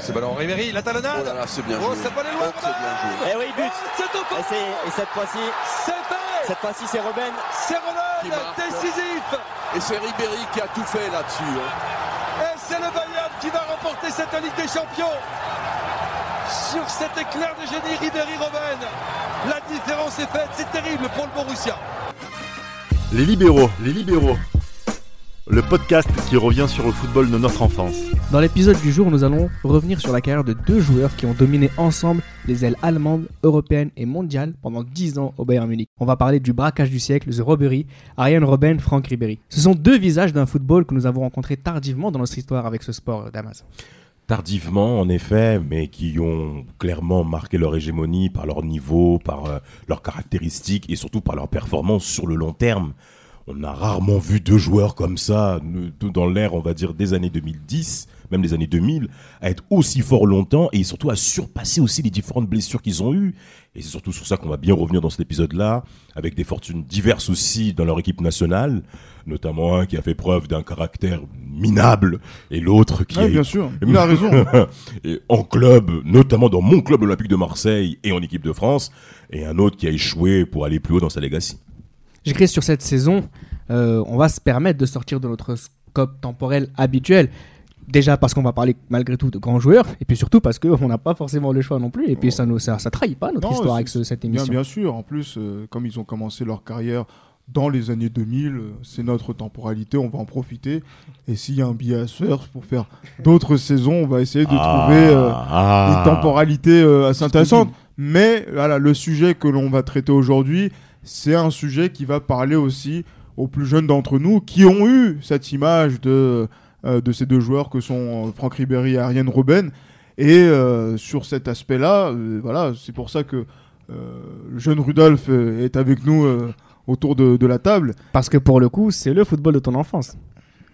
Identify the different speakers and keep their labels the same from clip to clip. Speaker 1: C'est ballon Ribéry, la talonnade.
Speaker 2: Oh là là, c'est bien
Speaker 1: Oh,
Speaker 2: joué.
Speaker 1: ça va aller loin,
Speaker 2: Oh, c'est bien
Speaker 1: Ronald.
Speaker 2: joué.
Speaker 3: Eh oui, but.
Speaker 1: Oh, C'est au
Speaker 3: Et,
Speaker 1: fond.
Speaker 3: c'est- et cette fois-ci,
Speaker 1: C'est fait.
Speaker 3: cette fois-ci, c'est Robin.
Speaker 1: C'est
Speaker 2: Qui
Speaker 1: Ronald,
Speaker 2: marque.
Speaker 1: décisif.
Speaker 2: Et c'est Ribéry qui a tout fait là-dessus. hein.
Speaker 1: Et c'est le Bayern qui va remporter cette Ligue des Champions. Sur cet éclair de génie Ribéry-Robben, la différence est faite. C'est terrible pour le Borussia.
Speaker 4: Les libéraux, les libéraux. Le podcast qui revient sur le football de notre enfance.
Speaker 5: Dans l'épisode du jour, nous allons revenir sur la carrière de deux joueurs qui ont dominé ensemble les ailes allemandes, européennes et mondiales pendant 10 ans au Bayern Munich. On va parler du braquage du siècle, The Robbery, Ariane Robben, Franck Ribéry. Ce sont deux visages d'un football que nous avons rencontré tardivement dans notre histoire avec ce sport, Damas.
Speaker 6: Tardivement, en effet, mais qui ont clairement marqué leur hégémonie par leur niveau, par euh, leurs caractéristiques et surtout par leur performance sur le long terme. On a rarement vu deux joueurs comme ça, nous, tout dans l'ère, on va dire, des années 2010, même des années 2000, à être aussi forts longtemps et surtout à surpasser aussi les différentes blessures qu'ils ont eues. Et c'est surtout sur ça qu'on va bien revenir dans cet épisode-là, avec des fortunes diverses aussi dans leur équipe nationale, notamment un qui a fait preuve d'un caractère minable et l'autre qui
Speaker 7: Ah,
Speaker 6: a
Speaker 7: bien sûr, il a raison.
Speaker 6: et en club, notamment dans mon club olympique de Marseille et en équipe de France, et un autre qui a échoué pour aller plus haut dans sa legacy.
Speaker 5: J'écris sur cette saison, euh, on va se permettre de sortir de notre scope temporel habituel. Déjà parce qu'on va parler malgré tout de grands joueurs, et puis surtout parce qu'on n'a pas forcément le choix non plus, et puis ça ne ça, ça trahit pas notre
Speaker 7: Oh. Non,
Speaker 5: histoire
Speaker 7: c'est-
Speaker 5: avec ce- cette
Speaker 7: Bien,
Speaker 5: émission.
Speaker 7: bien sûr, en plus, euh, comme ils ont commencé leur carrière dans les années 2000, euh, c'est notre temporalité, on va en profiter. Et s'il y a un billet à se faire pour faire d'autres saisons, on va essayer de trouver euh,
Speaker 6: ah.
Speaker 7: une temporalité euh, assez intéressante. Mais voilà, le sujet que l'on va traiter aujourd'hui, c'est un sujet qui va parler aussi aux plus jeunes d'entre nous qui ont eu cette image de, euh, de ces deux joueurs que sont euh, Franck Ribéry et Ariane Robben. Et euh, sur cet aspect-là, euh, voilà, c'est pour ça que euh, le jeune Rudolf euh, est avec nous euh, autour de, de la table.
Speaker 5: Parce que pour le coup, c'est le football de ton enfance.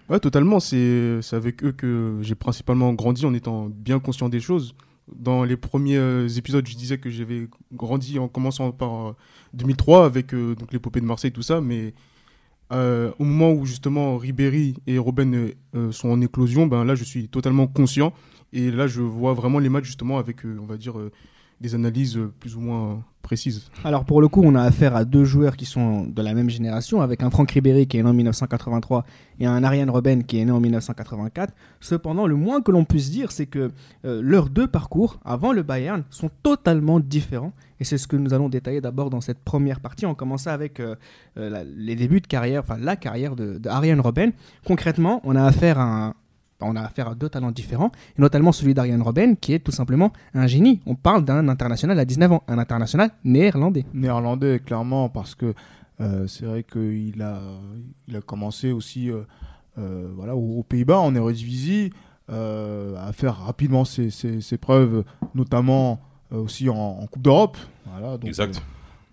Speaker 8: Ouais, totalement. C'est c'est avec eux que j'ai principalement grandi en étant bien conscient des choses. Dans les premiers euh, épisodes, je disais que j'avais grandi en commençant par euh, 2003 avec euh, donc l'épopée de Marseille, tout ça. Mais euh, au moment où justement Ribéry et Robben euh, euh, sont en éclosion, ben là, je suis totalement conscient. Et là, je vois vraiment les matchs justement avec, euh, on va dire, euh, des analyses euh, plus ou moins précises.
Speaker 5: Alors pour le coup, on a affaire à deux joueurs qui sont de la même génération, avec un Franck Ribéry qui est né en 1983 et un Ariane Robben qui est né en 1984. Cependant, le moins que l'on puisse dire, c'est que euh, leurs deux parcours avant le Bayern sont totalement différents. Et c'est ce que nous allons détailler d'abord dans cette première partie. On commençait avec euh, euh, la- les débuts de carrière, enfin la carrière de, de Ariane Robben. Concrètement, on a affaire à un- on a affaire à deux talents différents, et notamment celui d'Ariane Robben, qui est tout simplement un génie. On parle d'un international à 19 ans, un international néerlandais.
Speaker 7: néerlandais clairement parce que euh, c'est vrai qu'il a, il a commencé aussi euh, euh, voilà, aux, aux Pays-Bas en Eredivisie euh, à faire rapidement ses, ses- ses preuves, notamment euh, aussi en, en Coupe d'Europe. Voilà, donc,
Speaker 6: Exact.
Speaker 7: euh,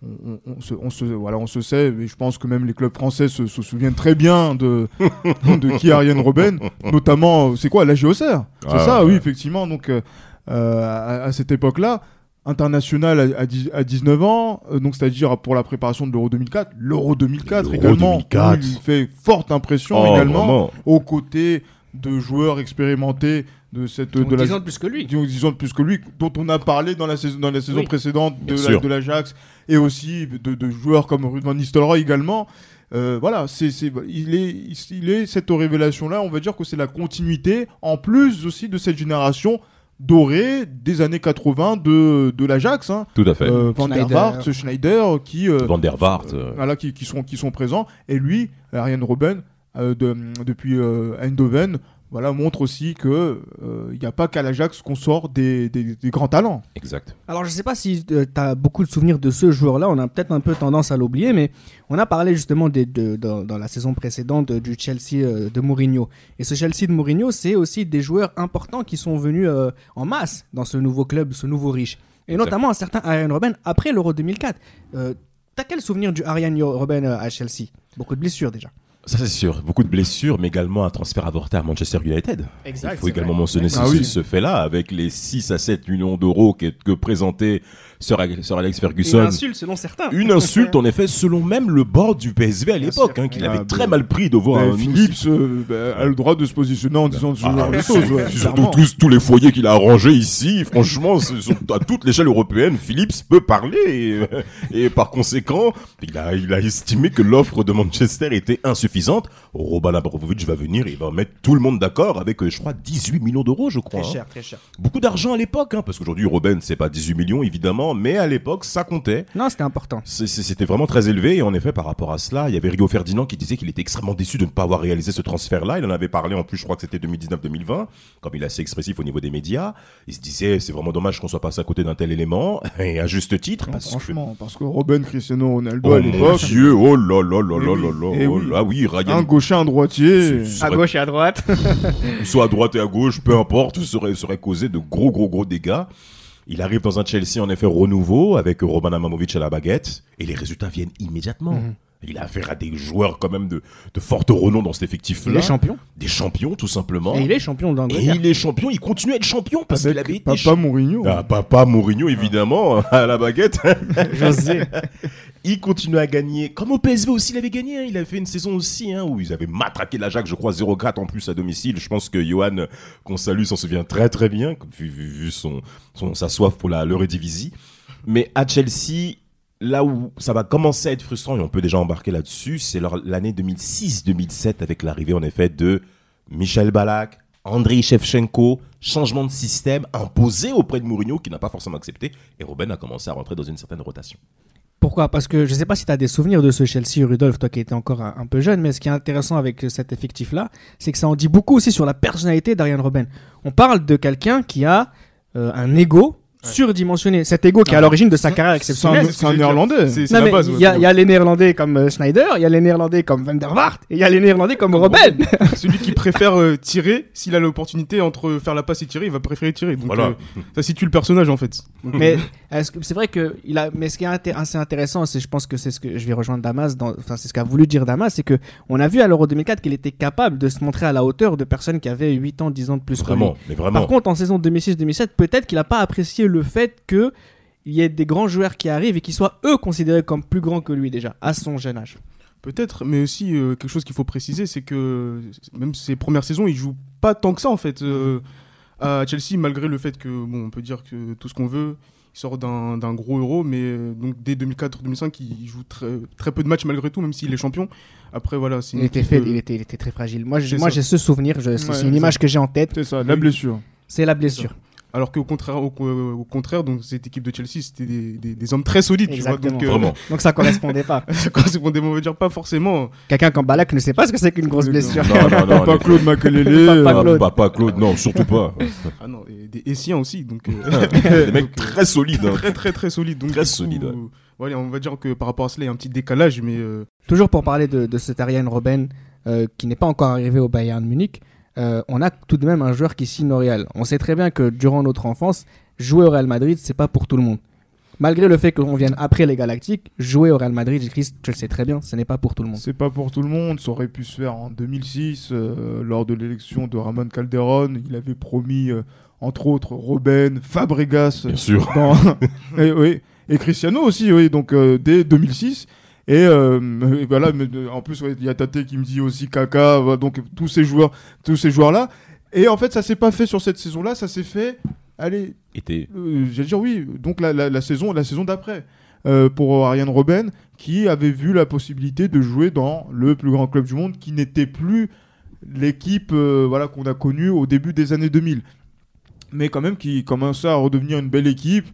Speaker 7: on, on- on se, on se- voilà, on se sait, mais je pense que même les clubs français se, se souviennent très bien de, de qui est Ariane Robben, notamment, euh, c'est quoi, la JOCR C'est
Speaker 6: Ouais,
Speaker 7: ça,
Speaker 6: Ah, ouais,
Speaker 7: oui,
Speaker 6: ouais.
Speaker 7: effectivement. Donc, euh, euh, à, à cette époque-là, international à, à dix- à 19 ans, euh, donc c'est-à-dire pour la préparation de l'Euro 2004, l'Euro 2004
Speaker 6: L'Euro
Speaker 7: également, où
Speaker 6: 2004.
Speaker 7: il fait forte impression
Speaker 6: Oh,
Speaker 7: également,
Speaker 6: vraiment.
Speaker 7: aux côtés de joueurs expérimentés de cette de la
Speaker 5: de plus que lui.
Speaker 7: disons, disons de plus que lui, dont on a parlé dans la saison, dans la saison
Speaker 5: Oui.
Speaker 7: précédente
Speaker 6: Bien
Speaker 7: de, la,
Speaker 6: sûr.
Speaker 7: de l'Ajax et aussi de, de joueurs comme Ruud Van Nistelrooy également. Euh, voilà, c'est, c'est, il, est, il est cette révélation-là, on va dire que c'est la continuité, en plus aussi de cette génération dorée des années 80 de, de l'Ajax, hein.
Speaker 6: Tout à fait.
Speaker 7: Euh, Van der
Speaker 5: Schneider.
Speaker 7: Vaart, Schneider, qui, euh,
Speaker 6: Ben, Van der Vaart, euh,
Speaker 7: voilà, qui, qui sont, qui sont présents. Et lui, Ariane Robben, euh, de- depuis euh, Eindhoven, voilà, montre aussi qu'il n'y a pas qu'à l'Ajax qu'on sort des, des- des grands talents.
Speaker 6: exact.
Speaker 5: Alors je sais pas si tu as beaucoup de souvenirs de ce joueur-là, on a peut-être un peu tendance à l'oublier, mais on a parlé justement des- de- dans, dans la saison précédente euh, du Chelsea euh, de Mourinho. Et ce Chelsea de Mourinho, c'est aussi des joueurs importants qui sont venus euh, en masse dans ce nouveau club, ce nouveau riche. Et
Speaker 6: Exact.
Speaker 5: notamment un certain Ariane Robben après l'Euro 2004. Euh, T'as quel souvenir du Ariane Robben euh, à Chelsea Beaucoup de blessures déjà.
Speaker 6: Ça, c'est sûr. Beaucoup de blessures, mais également un transfert avorté à Manchester United.
Speaker 5: Exact.
Speaker 6: Il faut également mentionner ce,
Speaker 7: Ah oui.
Speaker 6: ce fait-là, avec les 6 à 7 millions d'euros que, que présentait Sir, Ag- Sir Alex
Speaker 5: Une
Speaker 6: Ferguson.
Speaker 5: insulte selon certains.
Speaker 6: Une insulte, en effet, selon même le board du PSV à l'époque,
Speaker 5: sûr.
Speaker 6: hein, qu'il
Speaker 7: Ah,
Speaker 6: avait
Speaker 7: bah,
Speaker 6: très mal pris de voir
Speaker 7: Bah,
Speaker 6: un
Speaker 7: Philips euh, bah, a le droit de se positionner en disant ce
Speaker 6: Ah,
Speaker 7: genre de
Speaker 6: oui,
Speaker 7: choses.
Speaker 6: c'est-
Speaker 7: ouais,
Speaker 6: surtout
Speaker 7: clairement.
Speaker 6: tous, tous les foyers qu'il a arrangés ici, franchement, c'est- sur- à toute l'échelle européenne, Philips peut parler. Et, euh, et par conséquent, il a, il a estimé que l'offre de Manchester était insuffisante. Robin Abramovich va venir, il va mettre tout le monde d'accord avec, euh, je crois, 18 millions d'euros, je crois.
Speaker 5: Très
Speaker 6: hein.
Speaker 5: cher, très cher.
Speaker 6: Beaucoup d'argent à l'époque, hein, parce qu'aujourd'hui, Robin, c'est pas 18 millions, évidemment, mais à l'époque, ça comptait.
Speaker 5: Non, c'était important.
Speaker 6: C'est- c'est- C'était vraiment très élevé et en effet par rapport à cela, il y avait Rio Ferdinand qui disait qu'il était extrêmement déçu de ne pas avoir réalisé ce transfert-là. Il en avait parlé en plus, je crois que c'était 2019-2020, comme il est assez expressif au niveau des médias. Il se disait c'est vraiment dommage qu'on soit passé à côté d'un tel élément et à juste titre
Speaker 7: Non,
Speaker 6: parce que
Speaker 7: franchement, parce que Robin Cristiano Ronaldo
Speaker 6: oh
Speaker 7: à
Speaker 6: mon
Speaker 7: l'époque,
Speaker 6: Dieu, oh là là là
Speaker 7: Eh
Speaker 6: là
Speaker 7: oui,
Speaker 6: là là,
Speaker 7: eh
Speaker 6: oh
Speaker 7: oui.
Speaker 6: là, oui, Ryan,
Speaker 7: un gaucher, un droitier.
Speaker 6: ce
Speaker 5: Euh, À
Speaker 6: serait-
Speaker 5: gauche et à droite.
Speaker 6: soit à droite et à gauche, peu importe, serait, serait causé de gros, gros, gros dégâts. Il arrive dans un Chelsea en effet renouveau avec Roman Abramovich à la baguette et les résultats viennent immédiatement.
Speaker 5: Mhm.
Speaker 6: Il a affaire à des joueurs quand même de, de forte renom dans cet
Speaker 5: Il est
Speaker 6: effectif-là,
Speaker 5: champion.
Speaker 6: des champions tout simplement.
Speaker 5: Et il est champion
Speaker 6: Et
Speaker 5: d'Angleterre.
Speaker 6: il est champion, il continue à être champion parce qu'il avait
Speaker 7: Avec
Speaker 6: été
Speaker 7: Papa Mourinho. hein.
Speaker 6: ah, papa Mourinho, évidemment, hein, à la baguette.
Speaker 5: José.
Speaker 6: Il continue à gagner. Comme au PSV aussi, il avait gagné. hein. Il avait fait une saison aussi hein, où ils avaient matraqué l'Ajax, je crois, 0-4 en plus à domicile. Je pense que Johan, qu'on salue, s'en souvient très très bien, vu, vu- vu son, son- sa soif pour la l'Eurodivisie. Mais à Chelsea, là où ça va commencer à être frustrant, et on peut déjà embarquer là-dessus, c'est leur- l'année 2006-2007 avec l'arrivée en effet de Michel Balak, Andriy Shevchenko, changement de système imposé auprès de Mourinho qui n'a pas forcément accepté et Robben a commencé à rentrer dans une certaine rotation.
Speaker 5: Pourquoi Parce que je ne sais pas si tu as des souvenirs de ce Chelsea, Rudolf, toi qui étais encore un, un peu jeune, mais ce qui est intéressant avec euh, cet effectif-là, c'est que ça en dit beaucoup aussi sur la personnalité d'Ariane Robben. On parle de quelqu'un qui a euh, un ego surdimensionné. Cet ego qui est à
Speaker 8: Ah.
Speaker 5: l'origine de sa carrière
Speaker 7: C'est un,
Speaker 5: exceptionnelle.
Speaker 7: c'est un Néerlandais.
Speaker 8: C'est c'est
Speaker 5: Non,
Speaker 8: la
Speaker 5: mais
Speaker 8: base.
Speaker 5: il
Speaker 8: ouais,
Speaker 5: y, a-
Speaker 8: pour
Speaker 5: il y a les Néerlandais comme euh, Schneider, il y a les Néerlandais comme Van der Waart, et il y a les Néerlandais comme Robben.
Speaker 8: le coup. Celui qui préfère euh, tirer, s'il a l'opportunité entre faire la passe et tirer, il va préférer tirer. Donc
Speaker 6: Voilà.
Speaker 8: euh, ça situe le personnage en fait.
Speaker 5: mais est-ce que- c'est vrai que il a mais ce qui est inté- assez intéressant c'est je pense que c'est ce que je vais rejoindre Damas dans enfin c'est ce qu'a voulu dire Damas c'est que on a vu à l'Euro 2004 qu'il était capable de se montrer à la hauteur de personnes qui avaient 8 ans 10 ans de plus que lui.
Speaker 6: Vraiment, mais vraiment.
Speaker 5: Par contre en saison 2006-2007 peut-être qu'il a pas apprécié le fait que il y ait des grands joueurs qui arrivent et qui soient eux considérés comme plus grands que lui déjà à son jeune âge.
Speaker 8: Peut-être, mais aussi euh, quelque chose qu'il faut préciser, c'est que même ses premières saisons, il joue pas tant que ça en fait euh, à Chelsea, malgré le fait que bon, on peut dire que tout ce qu'on veut, il sort d'un d'un gros euro, mais euh, donc dès 2004-2005, il joue très, très peu de matchs malgré tout, même s'il est champion. Après voilà, c'est
Speaker 5: Il
Speaker 8: une
Speaker 5: était
Speaker 8: équipe,
Speaker 5: faible,
Speaker 7: Mmh.
Speaker 8: euh,
Speaker 5: il était il était très fragile. Moi j'ai
Speaker 8: c'est
Speaker 5: moi
Speaker 8: ça.
Speaker 5: j'ai ce souvenir, je- c'est
Speaker 7: Ouais,
Speaker 5: c'est
Speaker 7: c'est
Speaker 5: une image que j'ai en tête,
Speaker 7: C'est ça, la blessure.
Speaker 5: c'est la blessure.
Speaker 8: Alors qu'au contraire, au, euh, au contraire, donc cette équipe de Chelsea, c'était des, des- des hommes très solides, tu vois.
Speaker 5: Exactement.
Speaker 8: Donc, euh,
Speaker 6: Vraiment.
Speaker 5: Donc ça correspondait pas.
Speaker 8: ça correspond des mauvais dire pas forcément.
Speaker 5: Quelqu'un comme Balak ne sait pas ce que c'est qu'une grosse
Speaker 7: Non.
Speaker 5: blessure.
Speaker 6: Non, non, non, en
Speaker 7: Papa
Speaker 6: effet.
Speaker 7: Claude Makelele. euh,
Speaker 5: Papa
Speaker 6: Ah,
Speaker 5: Claude.
Speaker 6: pas, pas Claude, non, surtout pas.
Speaker 8: Ah non, et des Essiens aussi, donc euh,
Speaker 6: Des mecs très solides. hein.
Speaker 8: très très très solide. Donc,
Speaker 6: Très
Speaker 8: du coup,
Speaker 6: solide, ouais.
Speaker 8: euh, voilà, on va dire que par rapport à cela, il y a un petit décalage, mais euh,
Speaker 5: Toujours pour parler de, de cet Ariane Robben euh, qui n'est pas encore arrivé au Bayern Munich, euh, on a tout de même un joueur qui signe au Real. On sait très bien que durant notre enfance, jouer au Real Madrid, c'est pas pour tout le monde. Malgré le fait qu'on vienne après les Galactiques, jouer au Real Madrid, Chris, tu le sais très bien, ce n'est pas pour tout le monde.
Speaker 7: C'est pas pour tout le monde, ça aurait pu se faire en 2006 euh, lors de l'élection de Ramon Calderon. Il avait promis, euh, entre autres, Robben, Fabregas euh,
Speaker 6: Bien sûr.
Speaker 7: dans- et, oui. Et Cristiano aussi, oui, donc euh, dès 2006. Et, euh, et voilà, mais, euh, en plus, ouais, il y a Tate qui me dit aussi Kaka, voilà, donc tous ces joueurs, tous ces joueurs-là. Et en fait, ça s'est pas fait sur cette saison-là, ça s'est fait, allez,
Speaker 6: Était
Speaker 7: euh, j'allais dire oui, donc la, la- la saison, la saison d'après. euh, pour Ariane Robben, qui avait vu la possibilité de jouer dans le plus grand club du monde, qui n'était plus l'équipe euh, voilà, qu'on a connue au début des années 2000. Mais quand même, qui commençait à redevenir une belle équipe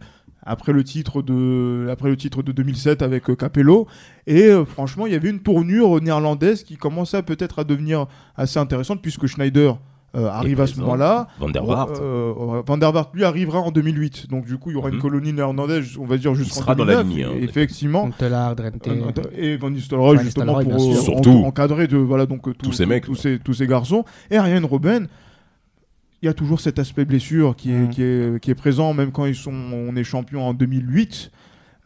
Speaker 7: après le titre de, après le titre de 2007 avec euh, Capello. Et euh, franchement, il y avait une tournure néerlandaise qui commençait peut-être à devenir assez intéressante, puisque Schneider euh, arrive à ce
Speaker 6: présent.
Speaker 7: moment-là.
Speaker 6: Van der
Speaker 7: Ro-
Speaker 6: Waart.
Speaker 7: euh, Van der Waart, lui, arrivera en 2008. Donc, du coup, il y aura une
Speaker 6: Mhm.
Speaker 7: colonie néerlandaise, on va dire, jusqu'en
Speaker 6: sera dans la
Speaker 7: 2009,
Speaker 6: lignée, hein,
Speaker 7: et- Effectivement.
Speaker 5: Huntelaar, Drenthe.
Speaker 7: Euh, Et Van Nistelrooy,
Speaker 5: Van
Speaker 7: justement,
Speaker 5: Nistelrooy,
Speaker 7: pour
Speaker 5: bien
Speaker 7: euh,
Speaker 5: sûr.
Speaker 7: en-
Speaker 6: Surtout.
Speaker 7: encadrer de, voilà, donc, euh, tout-
Speaker 6: Tous ces mecs,
Speaker 7: Tous
Speaker 6: ouais.
Speaker 7: ces, tous ces garçons. Et Ariane Robben, il y a toujours cet aspect blessure qui est,
Speaker 5: Mhm.
Speaker 7: qui est, qui est présent, même quand ils sont, on est champion en 2008.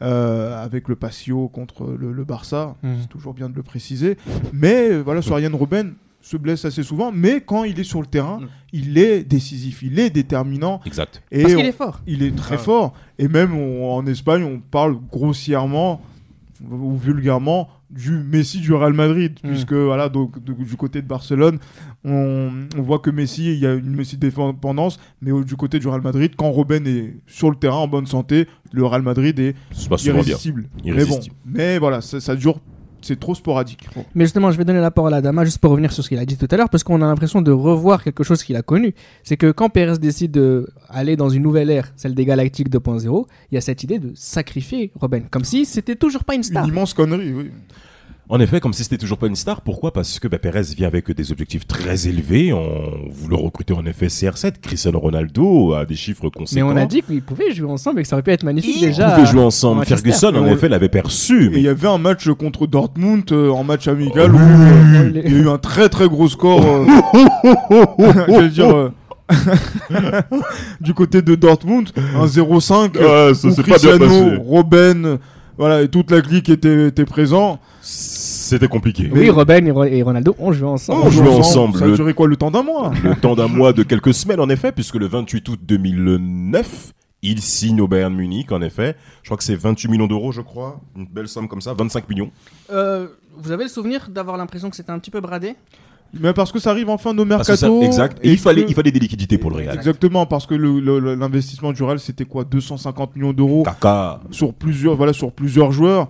Speaker 7: euh, avec le patio contre le, le Barça.
Speaker 5: Mhm.
Speaker 7: C'est toujours bien de le préciser. Mais euh, voilà, Sorian Robben se blesse assez souvent, mais quand il est sur le terrain,
Speaker 8: Mhm.
Speaker 5: Mmh.
Speaker 7: il est décisif, il est déterminant.
Speaker 6: Exact.
Speaker 7: Et
Speaker 5: Parce
Speaker 7: on-
Speaker 5: qu'il est fort.
Speaker 7: il est très
Speaker 8: Ah.
Speaker 7: fort. Et même on- en Espagne, on parle grossièrement ou vulgairement du Messi du Real Madrid,
Speaker 5: Mm.
Speaker 7: puisque voilà, donc de- du côté de Barcelone, on, on voit que Messi, il y a une Messi dépendance, mais au- du côté du Real Madrid, quand Robben est sur le terrain en bonne santé, le Real Madrid est
Speaker 6: Ça se passe souvent bien.
Speaker 7: irrésistible. Mais bon,
Speaker 6: Irrésistible.
Speaker 7: mais voilà, ça, ça dure, c'est trop sporadique.
Speaker 5: Mais justement, je vais donner la parole à Dama juste pour revenir sur ce qu'il a dit tout à l'heure, parce qu'on a l'impression de revoir quelque chose qu'il a connu. C'est que quand Pérez décide d'aller dans une nouvelle ère, celle des Galactiques 2.0, il y a cette idée de sacrifier Robin, comme si c'était toujours pas une star.
Speaker 7: Une immense connerie, oui.
Speaker 6: En effet, comme si c'était toujours pas une star. Pourquoi Parce que bah, Perez vient avec des objectifs très élevés. On voulait recruter en effet CR7, Cristiano Ronaldo à des chiffres
Speaker 5: Mais
Speaker 6: conséquents.
Speaker 5: on a dit qu'ils pouvaient jouer ensemble et que ça aurait pu être magnifique
Speaker 6: Ils
Speaker 5: déjà.
Speaker 6: pouvaient jouer ensemble.
Speaker 5: Manchester.
Speaker 6: Ferguson, en
Speaker 7: Et on-
Speaker 6: effet, l'avait perçu.
Speaker 7: Et euh, il
Speaker 6: Mais...
Speaker 7: y avait un match contre Dortmund euh, en match amical
Speaker 6: Oh,
Speaker 7: où
Speaker 6: oui,
Speaker 7: euh,
Speaker 5: oui, oui.
Speaker 7: il y a eu un très très gros score. euh, je veux dire, euh, du côté de Dortmund, un 0-5.
Speaker 4: Ah,
Speaker 7: où Cristiano, Robben, voilà, et toute la clique était, était présent.
Speaker 6: C'était compliqué.
Speaker 5: Oui, Robin et, Ro- et Ronaldo ont joué ensemble.
Speaker 6: On jouait
Speaker 7: Ensemble,
Speaker 6: ensemble,
Speaker 7: Ça a
Speaker 6: le-
Speaker 7: duré quoi le temps d'un mois
Speaker 6: Le temps d'un mois, de quelques semaines, en effet, puisque le 28 août 2009, il signe au Bayern Munich, en effet. Je crois que c'est 28 millions d'euros, je crois. Une belle somme comme ça, 25 millions.
Speaker 5: Euh, vous avez le souvenir d'avoir l'impression que c'était un petit peu bradé
Speaker 7: Mais parce que ça arrive en fin de
Speaker 6: Parce que Ah, ça-
Speaker 7: mercato.
Speaker 6: exact. Et il
Speaker 7: que-
Speaker 6: fallait, il fallait des liquidités pour le Real.
Speaker 7: Exactement, parce que le- le- le- l'investissement du Real, c'était quoi 250 millions d'euros
Speaker 6: Kaka,
Speaker 7: sur plusieurs voilà sur plusieurs joueurs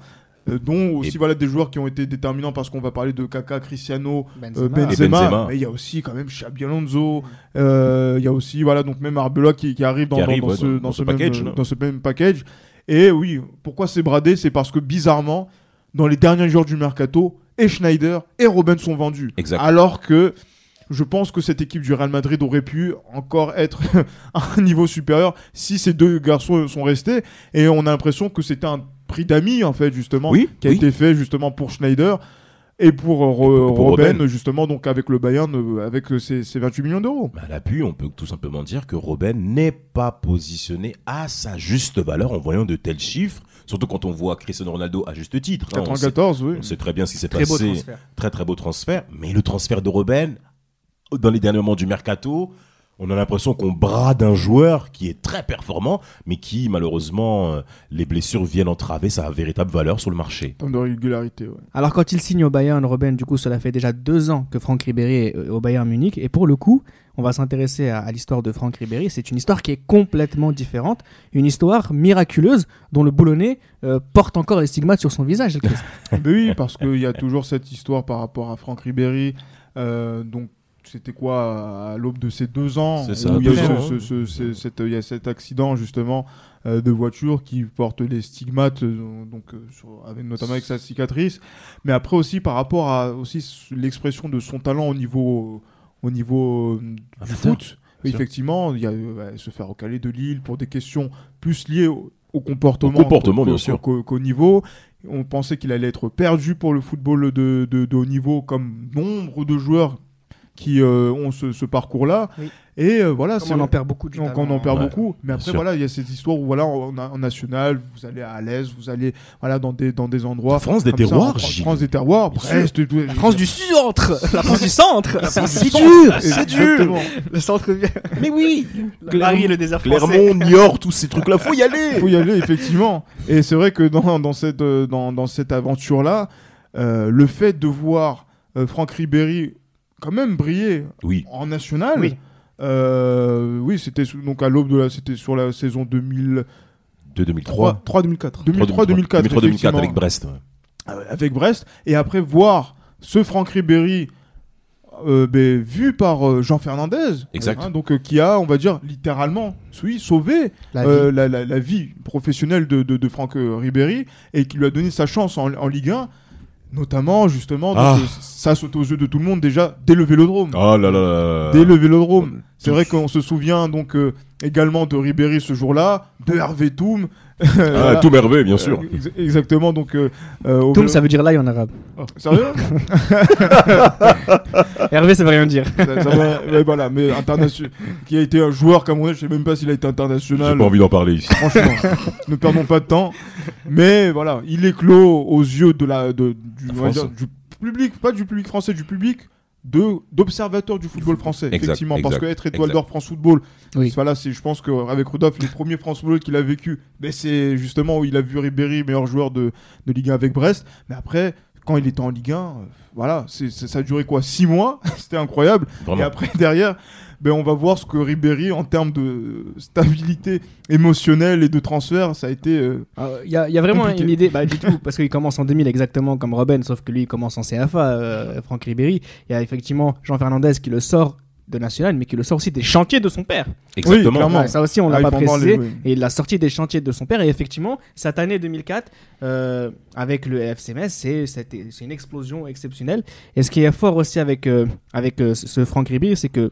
Speaker 7: euh, dont aussi
Speaker 6: Et-
Speaker 7: voilà des joueurs qui ont été déterminants parce qu'on va parler de Kaka, Cristiano, euh,
Speaker 5: Benzema.
Speaker 7: Benzema,
Speaker 6: Et Benzema.
Speaker 7: mais il y a aussi quand même Xabi Alonso, euh, il y a aussi voilà donc même Arbeloa qui, qui arrive dans,
Speaker 6: Qui
Speaker 7: dans-
Speaker 6: arrive,
Speaker 7: dans
Speaker 6: ouais,
Speaker 7: ce,
Speaker 6: dans-
Speaker 7: dans
Speaker 6: dans
Speaker 7: ce
Speaker 6: ce
Speaker 7: même,
Speaker 6: package,
Speaker 7: euh,
Speaker 6: là.
Speaker 7: dans ce même package et oui pourquoi c'est bradé c'est parce que bizarrement dans les derniers jours du mercato et Schneider et Robben sont vendus
Speaker 6: Exact.
Speaker 7: alors que je pense que cette équipe du Real Madrid aurait pu encore être à un niveau supérieur si ces deux garçons sont restés. Et on a l'impression que c'était un prix d'amis, en fait, justement,
Speaker 6: Oui,
Speaker 7: qui a
Speaker 6: oui.
Speaker 7: été fait justement pour Schneider et pour, euh,
Speaker 6: pour- pour
Speaker 7: Robben,
Speaker 6: Robben.
Speaker 7: justement, donc avec le Bayern, euh, avec euh, ses, ses 28 millions d'euros.
Speaker 6: Bah, À l'appui, on peut tout simplement dire que Robin n'est pas positionné à sa juste valeur en voyant de tels chiffres, surtout quand on voit Cristiano Ronaldo à juste titre. hein. on, sait,
Speaker 7: 94, oui.
Speaker 6: on sait très bien ce qui s'est
Speaker 5: Très
Speaker 6: passé.
Speaker 5: beau transfert.
Speaker 6: Très très beau transfert, mais le transfert de Robben, dans les derniers moments du mercato, on a l'impression qu'on brade un joueur qui est très performant, mais qui malheureusement, euh, les blessures viennent entraver sa véritable valeur sur le marché.
Speaker 7: En termes de régularité, ouais.
Speaker 5: Alors quand il signe au Bayern, Robin, du coup, cela fait déjà deux ans que Franck Ribéry est euh, au Bayern Munich. Et pour le coup, on va s'intéresser à, à l'histoire de Franck Ribéry. C'est une histoire qui est complètement différente, une histoire miraculeuse dont le boulonnais euh, porte encore les stigmates sur son visage. le Christ.
Speaker 7: Ben oui, parce qu'il y a toujours cette histoire par rapport à Franck Ribéry. Euh, donc, c'était quoi à l'aube de ses deux ans
Speaker 6: C'est ça,
Speaker 7: où il y a
Speaker 6: deux
Speaker 7: ce-
Speaker 6: ans,
Speaker 7: ce-
Speaker 6: hein.
Speaker 7: ce- ce- cet- il y a cet accident justement euh, de voiture qui porte les stigmates, euh, donc euh, sur- avec, notamment avec sa cicatrice. Mais après aussi par rapport à aussi s- l'expression de son talent au niveau au niveau euh, du
Speaker 6: Amateur.
Speaker 7: foot. Effectivement, il y a euh, ouais, se faire recaler de Lille pour des questions plus liées au, au comportement,
Speaker 6: Au comportement,
Speaker 7: qu'au-
Speaker 6: bien
Speaker 7: qu'au-
Speaker 6: sûr.
Speaker 7: qu'au qu'au niveau. On pensait qu'il allait être perdu pour le football de, de- de haut niveau, comme nombre de joueurs qui euh, ont ce, ce parcours-là.
Speaker 5: Oui.
Speaker 7: Et euh, voilà,
Speaker 5: Comme on en perd beaucoup. du
Speaker 7: donc
Speaker 5: talent.
Speaker 7: on en perd
Speaker 6: Ouais,
Speaker 7: beaucoup, mais après
Speaker 6: sûr.
Speaker 7: voilà, il y a cette histoire où voilà, en, en national, vous allez à l'aise, vous allez voilà dans des dans des endroits.
Speaker 6: La France des
Speaker 7: comme ça,
Speaker 6: terroirs,
Speaker 7: en Fran-
Speaker 6: Gilles.
Speaker 7: France des terroirs, Brest, tout-
Speaker 5: La France du centre, la France du centre,
Speaker 7: C'est
Speaker 5: dur,
Speaker 7: c'est
Speaker 5: le centre. Mais oui, Paris et le désert français.
Speaker 6: Clermont, Niort, tous ces trucs-là, faut y aller
Speaker 7: Il faut y aller, effectivement. Et c'est vrai que dans, dans cette, euh, dans, dans cette aventure-là, euh, le fait de voir euh, Franck Ribéry quand même briller
Speaker 6: Oui,
Speaker 7: en national,
Speaker 5: Oui.
Speaker 7: euh, oui c'était sous- donc à l'aube de la, c'était sur la saison 2000
Speaker 6: de 2003.
Speaker 7: 3-2004. 2003-2004,
Speaker 6: 2004 avec
Speaker 7: effectivement.
Speaker 6: Brest. ouais.
Speaker 7: Euh, avec Brest. Et après voir ce Franck Ribéry euh, ben, vu par euh, Jean Fernandez,
Speaker 6: Exact.
Speaker 7: hein, donc euh, qui a, on va dire, littéralement, oui, sauvé
Speaker 5: La vie.
Speaker 7: euh, la, la- la vie professionnelle de, de, de Franck euh, Ribéry et qui lui a donné sa chance en, en Ligue 1, notamment justement, donc,
Speaker 6: Ah.
Speaker 7: euh, ça saute aux yeux de tout le monde déjà dès le Vélodrome.
Speaker 6: Oh là là là là là.
Speaker 7: Dès le Vélodrome. C'est vrai qu'on se souvient donc euh, également de Ribéry ce jour-là, de Hervé Toum.
Speaker 6: Ah, tout merveilleux, bien sûr.
Speaker 7: exactement. Donc, euh, euh, au- Oh,
Speaker 5: Toum, ça veut dire l'ail en arabe.
Speaker 7: Sérieux
Speaker 5: Hervé, ça veut rien dire.
Speaker 7: Ça- ça va- ouais, voilà, mais international. qui a été un joueur camerounais, je sais même pas s'il a été international.
Speaker 6: J'ai pas envie d'en parler ici.
Speaker 7: Franchement, ne perdons pas de temps. Mais voilà, il est clos aux yeux de la, de- du, on va
Speaker 6: France.
Speaker 7: dire, du public, pas du public français, du public de d'observateurs du football français.
Speaker 6: Exact,
Speaker 7: effectivement, parce
Speaker 6: exact,
Speaker 7: que être étoile
Speaker 6: exact.
Speaker 7: d'or France Football,
Speaker 5: Oui.
Speaker 7: voilà, c'est, je pense qu'avec Rudolph, les premiers France Football qu'il a vécu, ben, c'est justement où il a vu Ribéry, meilleur joueur de, de Ligue 1 avec Brest. Mais après, quand il était en Ligue 1, euh, voilà, c'est, c'est- ça a duré quoi 6 mois C'était incroyable. Et
Speaker 6: Vraiment.
Speaker 7: après, derrière, ben, on va voir ce que Ribéry, en termes de stabilité émotionnelle et de transfert, ça a été. euh,
Speaker 5: Il y, a- il y a vraiment
Speaker 7: Compliqué.
Speaker 5: une idée, bah, du tout, parce qu'il commence en 2000 exactement comme Robben, sauf que lui, il commence en CFA, euh, Franck Ribéry. Il y a effectivement Jean Fernandez qui le sort de National, mais qui le sort aussi des chantiers de son père.
Speaker 6: Exactement.
Speaker 7: clairement.
Speaker 5: Ouais, ça aussi, on
Speaker 7: Ah,
Speaker 5: l'a
Speaker 7: il
Speaker 5: pas
Speaker 7: faut en
Speaker 5: précisé.
Speaker 7: parler, oui.
Speaker 5: Et il l'a sorti des chantiers de son père. Et effectivement, cette année 2004, euh, avec le FC Metz, c'est c'était- c'est une explosion exceptionnelle. Et ce qui est fort aussi avec, euh, avec euh, ce- ce Franck Ribéry, c'est que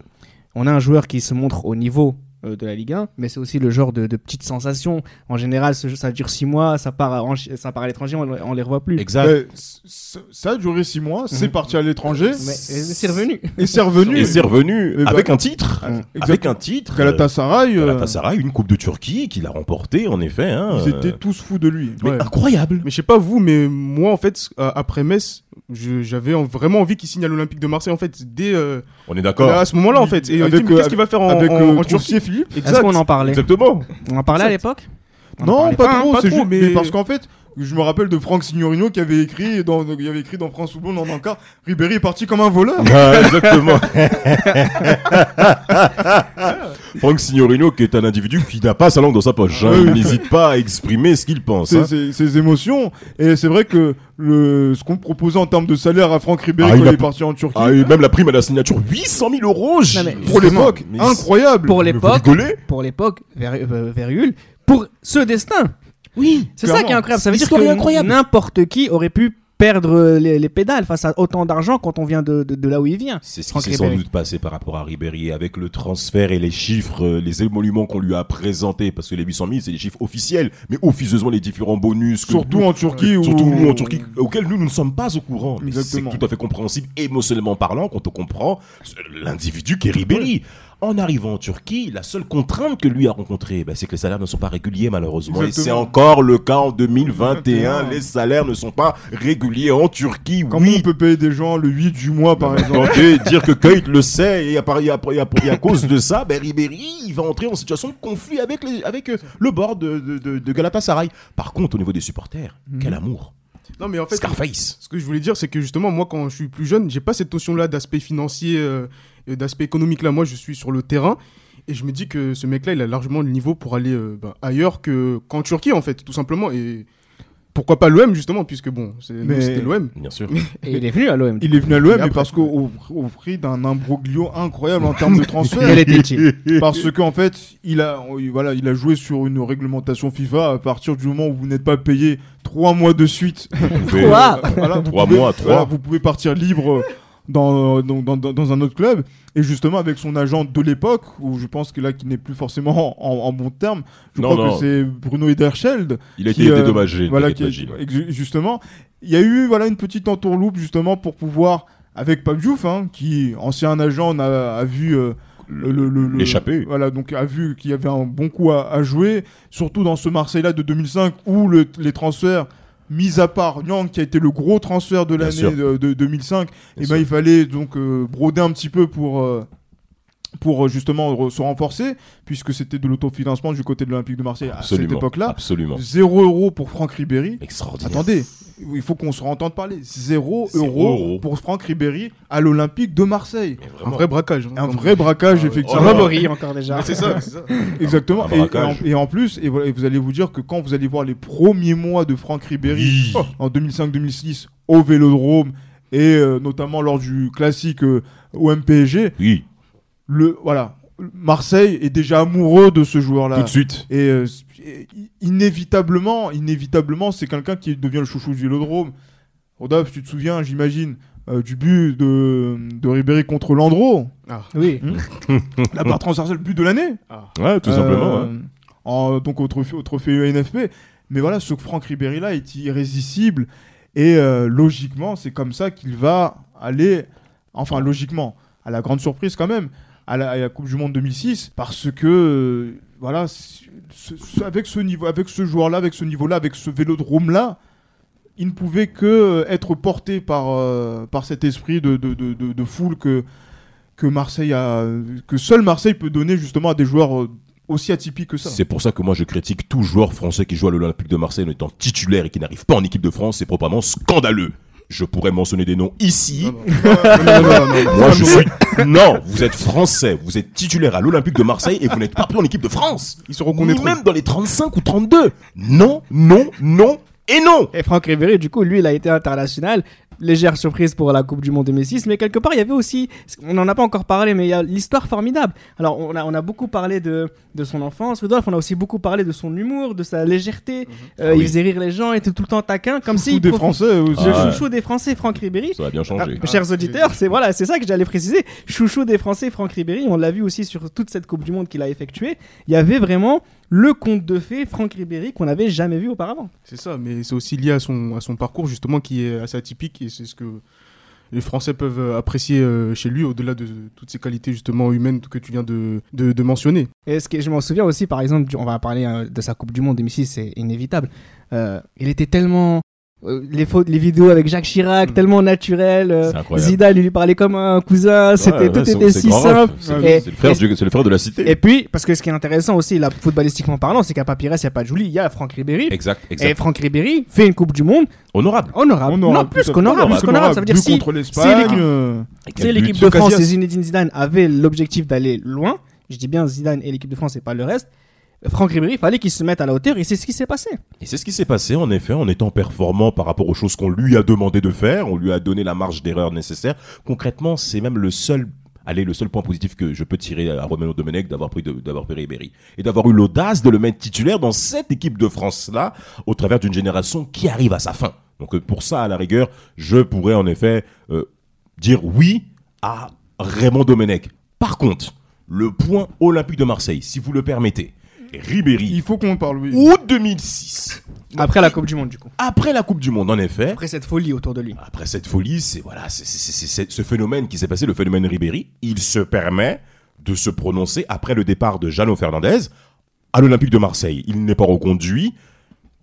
Speaker 5: on a un joueur qui se montre au niveau euh, de la Ligue 1, mais c'est aussi le genre de, de petites sensations. En général, ce- ça dure 6 mois, ça part à, en- ça part à l'étranger, on, on les revoit plus.
Speaker 6: Exact.
Speaker 7: ben, c- c- ça a duré 6 mois, c'est parti à l'étranger,
Speaker 5: Mais mais c'est revenu.
Speaker 7: et c'est revenu.
Speaker 6: Et c'est revenu
Speaker 7: Mais bah-
Speaker 6: avec un titre.
Speaker 7: Exactement.
Speaker 6: Avec un titre.
Speaker 7: Galatasaray,
Speaker 6: euh,
Speaker 7: euh,
Speaker 6: Galatasaray, une Coupe de Turquie qu'il a remportée, en effet. hein,
Speaker 7: ils étaient
Speaker 6: euh,
Speaker 7: tous fous de lui.
Speaker 6: mais
Speaker 7: Ouais.
Speaker 6: incroyable.
Speaker 8: Mais je sais pas vous, mais moi en fait, euh, après Metz, je- j'avais en- vraiment envie qu'il signe à l'Olympique de Marseille en fait, dès euh,
Speaker 6: On est d'accord.
Speaker 7: Ah.
Speaker 8: à ce moment-là en fait. Et on
Speaker 7: Avec,
Speaker 8: dit, mais
Speaker 7: euh,
Speaker 8: qu'est-ce qu'il va faire en,
Speaker 7: Avec
Speaker 8: en-
Speaker 7: euh,
Speaker 8: en
Speaker 7: Troussier,
Speaker 8: Turquie
Speaker 7: Philippe
Speaker 5: Est-ce qu'on en parlait
Speaker 6: Exactement.
Speaker 5: On en parlait à l'époque On en
Speaker 7: Non,
Speaker 5: parlait
Speaker 7: pas,
Speaker 8: pas, hein,
Speaker 7: trop,
Speaker 8: pas
Speaker 7: c'est
Speaker 8: trop,
Speaker 7: juste- mais...
Speaker 8: mais-
Speaker 7: parce qu'en fait, je me rappelle de Franck Signorino qui avait écrit dans, il y avait écrit dans France Football, non encore, Ribéry est parti comme un voleur.
Speaker 6: Ah, exactement. Franck Signorino, qui est un individu qui n'a pas sa langue dans sa poche.
Speaker 7: Ah
Speaker 6: hein. Il n'hésite pas à exprimer ce qu'il pense.
Speaker 7: ses,
Speaker 6: hein.
Speaker 7: ses- ses émotions. Et c'est vrai que le, ce qu'on proposait en termes de salaire à Franck Ribéry
Speaker 6: Ah,
Speaker 7: quand
Speaker 6: il
Speaker 7: il
Speaker 6: a
Speaker 7: est
Speaker 6: p-
Speaker 7: parti en Turquie,
Speaker 6: Ah, et même la prime à la signature, 800 000 euros. j'ai-
Speaker 5: mais-
Speaker 7: pour l'époque,
Speaker 6: Mais c'est-
Speaker 7: incroyable.
Speaker 5: Pour
Speaker 6: mais vous
Speaker 5: l'époque,
Speaker 6: rigolez
Speaker 5: pour l'époque, ver- euh, virgule, pour ce destin. Oui, c'est ça
Speaker 7: clairement.
Speaker 5: qui est incroyable. Ça veut dire
Speaker 6: L'histoire est
Speaker 5: que
Speaker 6: incroyable.
Speaker 5: n'importe qui aurait pu perdre euh, les, les pédales face à autant d'argent quand on vient de, de- de là où il vient.
Speaker 6: C'est ce qui
Speaker 5: Franck
Speaker 6: s'est sans
Speaker 5: Ribéry.
Speaker 6: doute passé par rapport à Ribéry avec le transfert et les chiffres, euh, les émoluments qu'on lui a présentés, parce que les 800 000, c'est les chiffres officiels, mais officieusement les différents bonus. que
Speaker 7: Surtout
Speaker 6: nous-
Speaker 7: en Turquie. où-
Speaker 6: surtout nous en Turquie, auxquels nous, nous ne sommes pas au courant. Mais C'est
Speaker 7: Exactement.
Speaker 6: tout à fait compréhensible, émotionnellement parlant, quand on comprend ce- l'individu qui est Ribéry. En arrivant en Turquie, la seule contrainte que lui a rencontrée, bah, c'est que les salaires ne sont pas réguliers malheureusement. Et
Speaker 7: Exactement.
Speaker 6: c'est encore le cas en 2021.
Speaker 7: 2021.
Speaker 6: Les salaires ne sont pas réguliers en Turquie.
Speaker 7: Comment
Speaker 6: oui,
Speaker 7: on peut payer des gens le 8 du mois par exemple
Speaker 6: Entendez dire que Kuyt le sait et à, par- et à- et à- et à cause de ça, ben Ribéry il va entrer en situation de conflit avec, les- avec euh, le bord de, de- de- de Galatasaray. Par contre, au niveau des supporters,
Speaker 7: Hmm.
Speaker 6: quel amour
Speaker 8: Non mais en fait,
Speaker 6: Scarface
Speaker 8: Ce que je voulais dire, c'est que justement, moi, quand je suis plus jeune, j'ai pas cette notion-là d'aspect financier, euh, et d'aspect économique. Là, moi, je suis sur le terrain et je me dis que ce mec-là, il a largement le niveau pour aller euh, bah, ailleurs que qu'en Turquie, en fait, tout simplement. Et pourquoi pas l'OM, justement, puisque bon, c'est- nous,
Speaker 7: Mais-
Speaker 8: c'était l'OM.
Speaker 6: Bien sûr.
Speaker 5: Et il est venu à l'OM.
Speaker 7: Il est venu à l'OM, mais
Speaker 8: après-
Speaker 7: parce qu'au au prix d'un imbroglio incroyable en termes de transfert.
Speaker 5: Quel était-il
Speaker 7: Parce qu'en fait, il a, voilà, il a joué sur une réglementation FIFA à partir du moment où vous n'êtes pas payé trois mois de suite.
Speaker 5: Quoi
Speaker 7: Euh, voilà, vous
Speaker 6: Trois
Speaker 7: pouvez-
Speaker 6: mois, trois.
Speaker 7: voilà, vous pouvez partir libre euh, dans, dans, dans- dans un autre club. Et justement, avec son agent de l'époque, où je pense que là, qui n'est plus forcément en, en bon terme, je
Speaker 6: Non,
Speaker 7: crois
Speaker 6: non.
Speaker 7: que c'est Bruno Ederschild
Speaker 6: Il a
Speaker 7: qui,
Speaker 6: été
Speaker 7: euh,
Speaker 6: dédommagé.
Speaker 7: voilà,
Speaker 6: t'inquiète
Speaker 7: qui-
Speaker 6: pas, Gilles.
Speaker 7: ex- justement, il y a eu voilà une petite entourloupe justement pour pouvoir avec Pape Diouf, hein, qui ancien agent n'a- a, vu euh, le, le- le- le-
Speaker 6: L'échappée.
Speaker 7: Voilà, donc a vu qu'il y avait un bon coup à, à jouer, surtout dans ce Marseille-là de 2005 où le- les transferts mis à part Nyang qui a été le gros transfert de
Speaker 6: Bien
Speaker 7: l'année
Speaker 6: sûr.
Speaker 7: de, de 2005
Speaker 6: Bien
Speaker 7: et
Speaker 6: sûr.
Speaker 7: ben il fallait donc euh, broder un petit peu pour euh, pour euh, justement re- se renforcer puisque c'était de l'autofinancement du côté de l'Olympique de Marseille à cette
Speaker 6: Absolument.
Speaker 7: époque-là 0
Speaker 6: Absolument.
Speaker 7: Zéro euro pour Franck Ribéry.
Speaker 6: Extraordinaire.
Speaker 7: Attendez, il faut qu'on se entende parler. Zéro,
Speaker 6: Zéro
Speaker 7: euro,
Speaker 6: euro.
Speaker 7: pour Franck Ribéry à l'Olympique de Marseille.
Speaker 6: Mais
Speaker 8: Un
Speaker 6: vraiment.
Speaker 8: vrai braquage. hein.
Speaker 7: Un vrai braquage,
Speaker 6: Oh
Speaker 7: effectivement.
Speaker 6: là là.
Speaker 5: Ribéry encore déjà.
Speaker 8: C'est ça, c'est ça.
Speaker 7: Exactement.
Speaker 6: Un
Speaker 7: Et, et en,
Speaker 6: braquage.
Speaker 7: et en plus, et voilà, et vous allez vous dire que quand vous allez voir les premiers mois de Franck Ribéry
Speaker 6: Oui.
Speaker 7: oh, en 2005-2006 au Vélodrome et euh, notamment lors du classique euh, OM-PSG,
Speaker 6: Oui,
Speaker 7: le voilà, Marseille est déjà amoureux de ce joueur-là.
Speaker 6: tout de suite.
Speaker 7: Et euh, et inévitablement, inévitablement, c'est quelqu'un qui devient le chouchou du Vélodrome. Rodolphe, tu te souviens, j'imagine, euh, du but de, de Ribéry contre Landreau,
Speaker 5: Oui.
Speaker 7: la barre transversale but de l'année.
Speaker 6: Ouais, tout
Speaker 7: Euh,
Speaker 6: simplement. hein. ouais.
Speaker 7: en- donc au trophée, au trophée E UNFP. Mais voilà, ce Franck Ribéry là est irrésistible. Et euh, logiquement, c'est comme ça qu'il va aller, enfin logiquement, à la grande surprise quand même, à la, à la Coupe du Monde 2006, parce que euh, voilà, c- ce- ce- avec ce niveau, avec ce joueur-là, avec ce niveau-là, avec ce vélodrome-là, il ne pouvait que euh, être porté par, euh, par cet esprit de, de, de- de- de foule que, que Marseille a, que seul Marseille peut donner justement à des joueurs euh, aussi atypiques que ça.
Speaker 6: C'est pour ça que moi je critique tout joueur français qui joue à l'Olympique de Marseille en étant titulaire et qui n'arrive pas en équipe de France, c'est proprement scandaleux. Je pourrais mentionner des noms ici. Moi je suis. Non, vous êtes français, vous êtes titulaire à l'Olympique de Marseille et vous n'êtes pas pris en équipe de France.
Speaker 8: Ils seront
Speaker 6: Ni
Speaker 8: reconnaîtront.
Speaker 6: même dans les 35 ou 32. Non, non, non et non.
Speaker 5: Et Franck Ribéry, du coup, lui, il a été international. Légère surprise pour la Coupe du Monde 2006, mais quelque part, il y avait aussi, on n'en a pas encore parlé, mais il y a l'histoire formidable. Alors, on a, on a beaucoup parlé de, de son enfance, Rudolf, on a aussi beaucoup parlé de son humour, de sa légèreté. Euh, Il faisait rire les gens, il était tout le temps taquin, comme si.
Speaker 7: Ou des Français euh, aussi.
Speaker 5: Le
Speaker 6: Ah ouais.
Speaker 5: chouchou des Français, Franck Ribéry.
Speaker 6: Ça a bien changé.
Speaker 5: Ah, chers auditeurs, c'est voilà, c'est ça que j'allais préciser. Chouchou des Français, Franck Ribéry, on l'a vu aussi sur toute cette Coupe du Monde qu'il a effectuée. Il y avait vraiment le conte de fées, Franck Ribéry, qu'on n'avait jamais vu auparavant.
Speaker 8: C'est ça, mais c'est aussi lié à son, à son parcours justement qui est assez atypique et c'est ce que les Français peuvent euh, apprécier euh, chez lui au-delà de toutes ces qualités justement humaines que tu viens de, de, de mentionner.
Speaker 5: Et ce que je m'en souviens aussi, par exemple, du- on va parler euh, de sa Coupe du Monde 2006, c'est inévitable. Euh, il était tellement euh, les fautes, les vidéos avec Jacques Chirac,
Speaker 8: Mm.
Speaker 5: tellement naturel. euh,
Speaker 6: Hmm. C'est incroyable.
Speaker 5: Zidane, il lui parlait comme un cousin. c'était
Speaker 6: Ouais,
Speaker 5: tout
Speaker 6: ouais, c'est-
Speaker 5: était
Speaker 6: c'est
Speaker 5: si
Speaker 6: grand
Speaker 5: simple.
Speaker 6: ref. C'est
Speaker 5: Et-
Speaker 6: c'est le, frère du- c'est le frère de la cité.
Speaker 5: Et puis, parce que ce qui est intéressant aussi, là, footballistiquement parlant, c'est qu'à Papyrus, il n'y a pas de Julie, il y a Franck Ribéry.
Speaker 6: Exact,
Speaker 5: Et
Speaker 6: exact.
Speaker 5: Franck Ribéry fait une Coupe du Monde
Speaker 6: Honorable.
Speaker 5: honorable. non, plus qu'honorable, plus qu'honorable, ça veut dire
Speaker 7: but
Speaker 5: si,
Speaker 7: contre
Speaker 5: si
Speaker 7: l'Espagne.
Speaker 5: l'équipe-
Speaker 7: euh,
Speaker 5: si
Speaker 6: Quel but.
Speaker 5: l'équipe de France
Speaker 7: Casillas.
Speaker 5: et Zinedine Zidane avaient l'objectif d'aller loin, je dis bien Zidane et l'équipe de France et pas le reste, Franck Ribéry, il fallait qu'il se mette à la hauteur et c'est ce qui s'est passé.
Speaker 6: Et c'est ce qui s'est passé, en effet, en étant performant par rapport aux choses qu'on lui a demandé de faire, on lui a donné la marge d'erreur nécessaire. Concrètement, c'est même le seul, allez, le seul point positif que je peux tirer à Romano Domenech d'avoir pris, de- d'avoir pris Ribéry et d'avoir eu l'audace de le mettre titulaire dans cette équipe de France-là, au travers d'une génération qui arrive à sa fin. Donc euh, pour ça, à la rigueur, je pourrais en effet euh, dire oui à Raymond Domenech. Par contre, le point olympique de Marseille, si vous le permettez, Ribéry
Speaker 7: Il faut qu'on parle, oui.
Speaker 6: août 2006.
Speaker 5: Après la Coupe du Monde, du coup.
Speaker 6: Après la Coupe du Monde, en effet,
Speaker 5: Après cette folie autour de lui.
Speaker 6: après cette folie, c'est voilà, c'est- c'est- c'est- c'est ce phénomène qui s'est passé, le phénomène Ribéry. Il se permet de se prononcer après le départ de Jano Fernandez à l'Olympique de Marseille. Il n'est pas reconduit.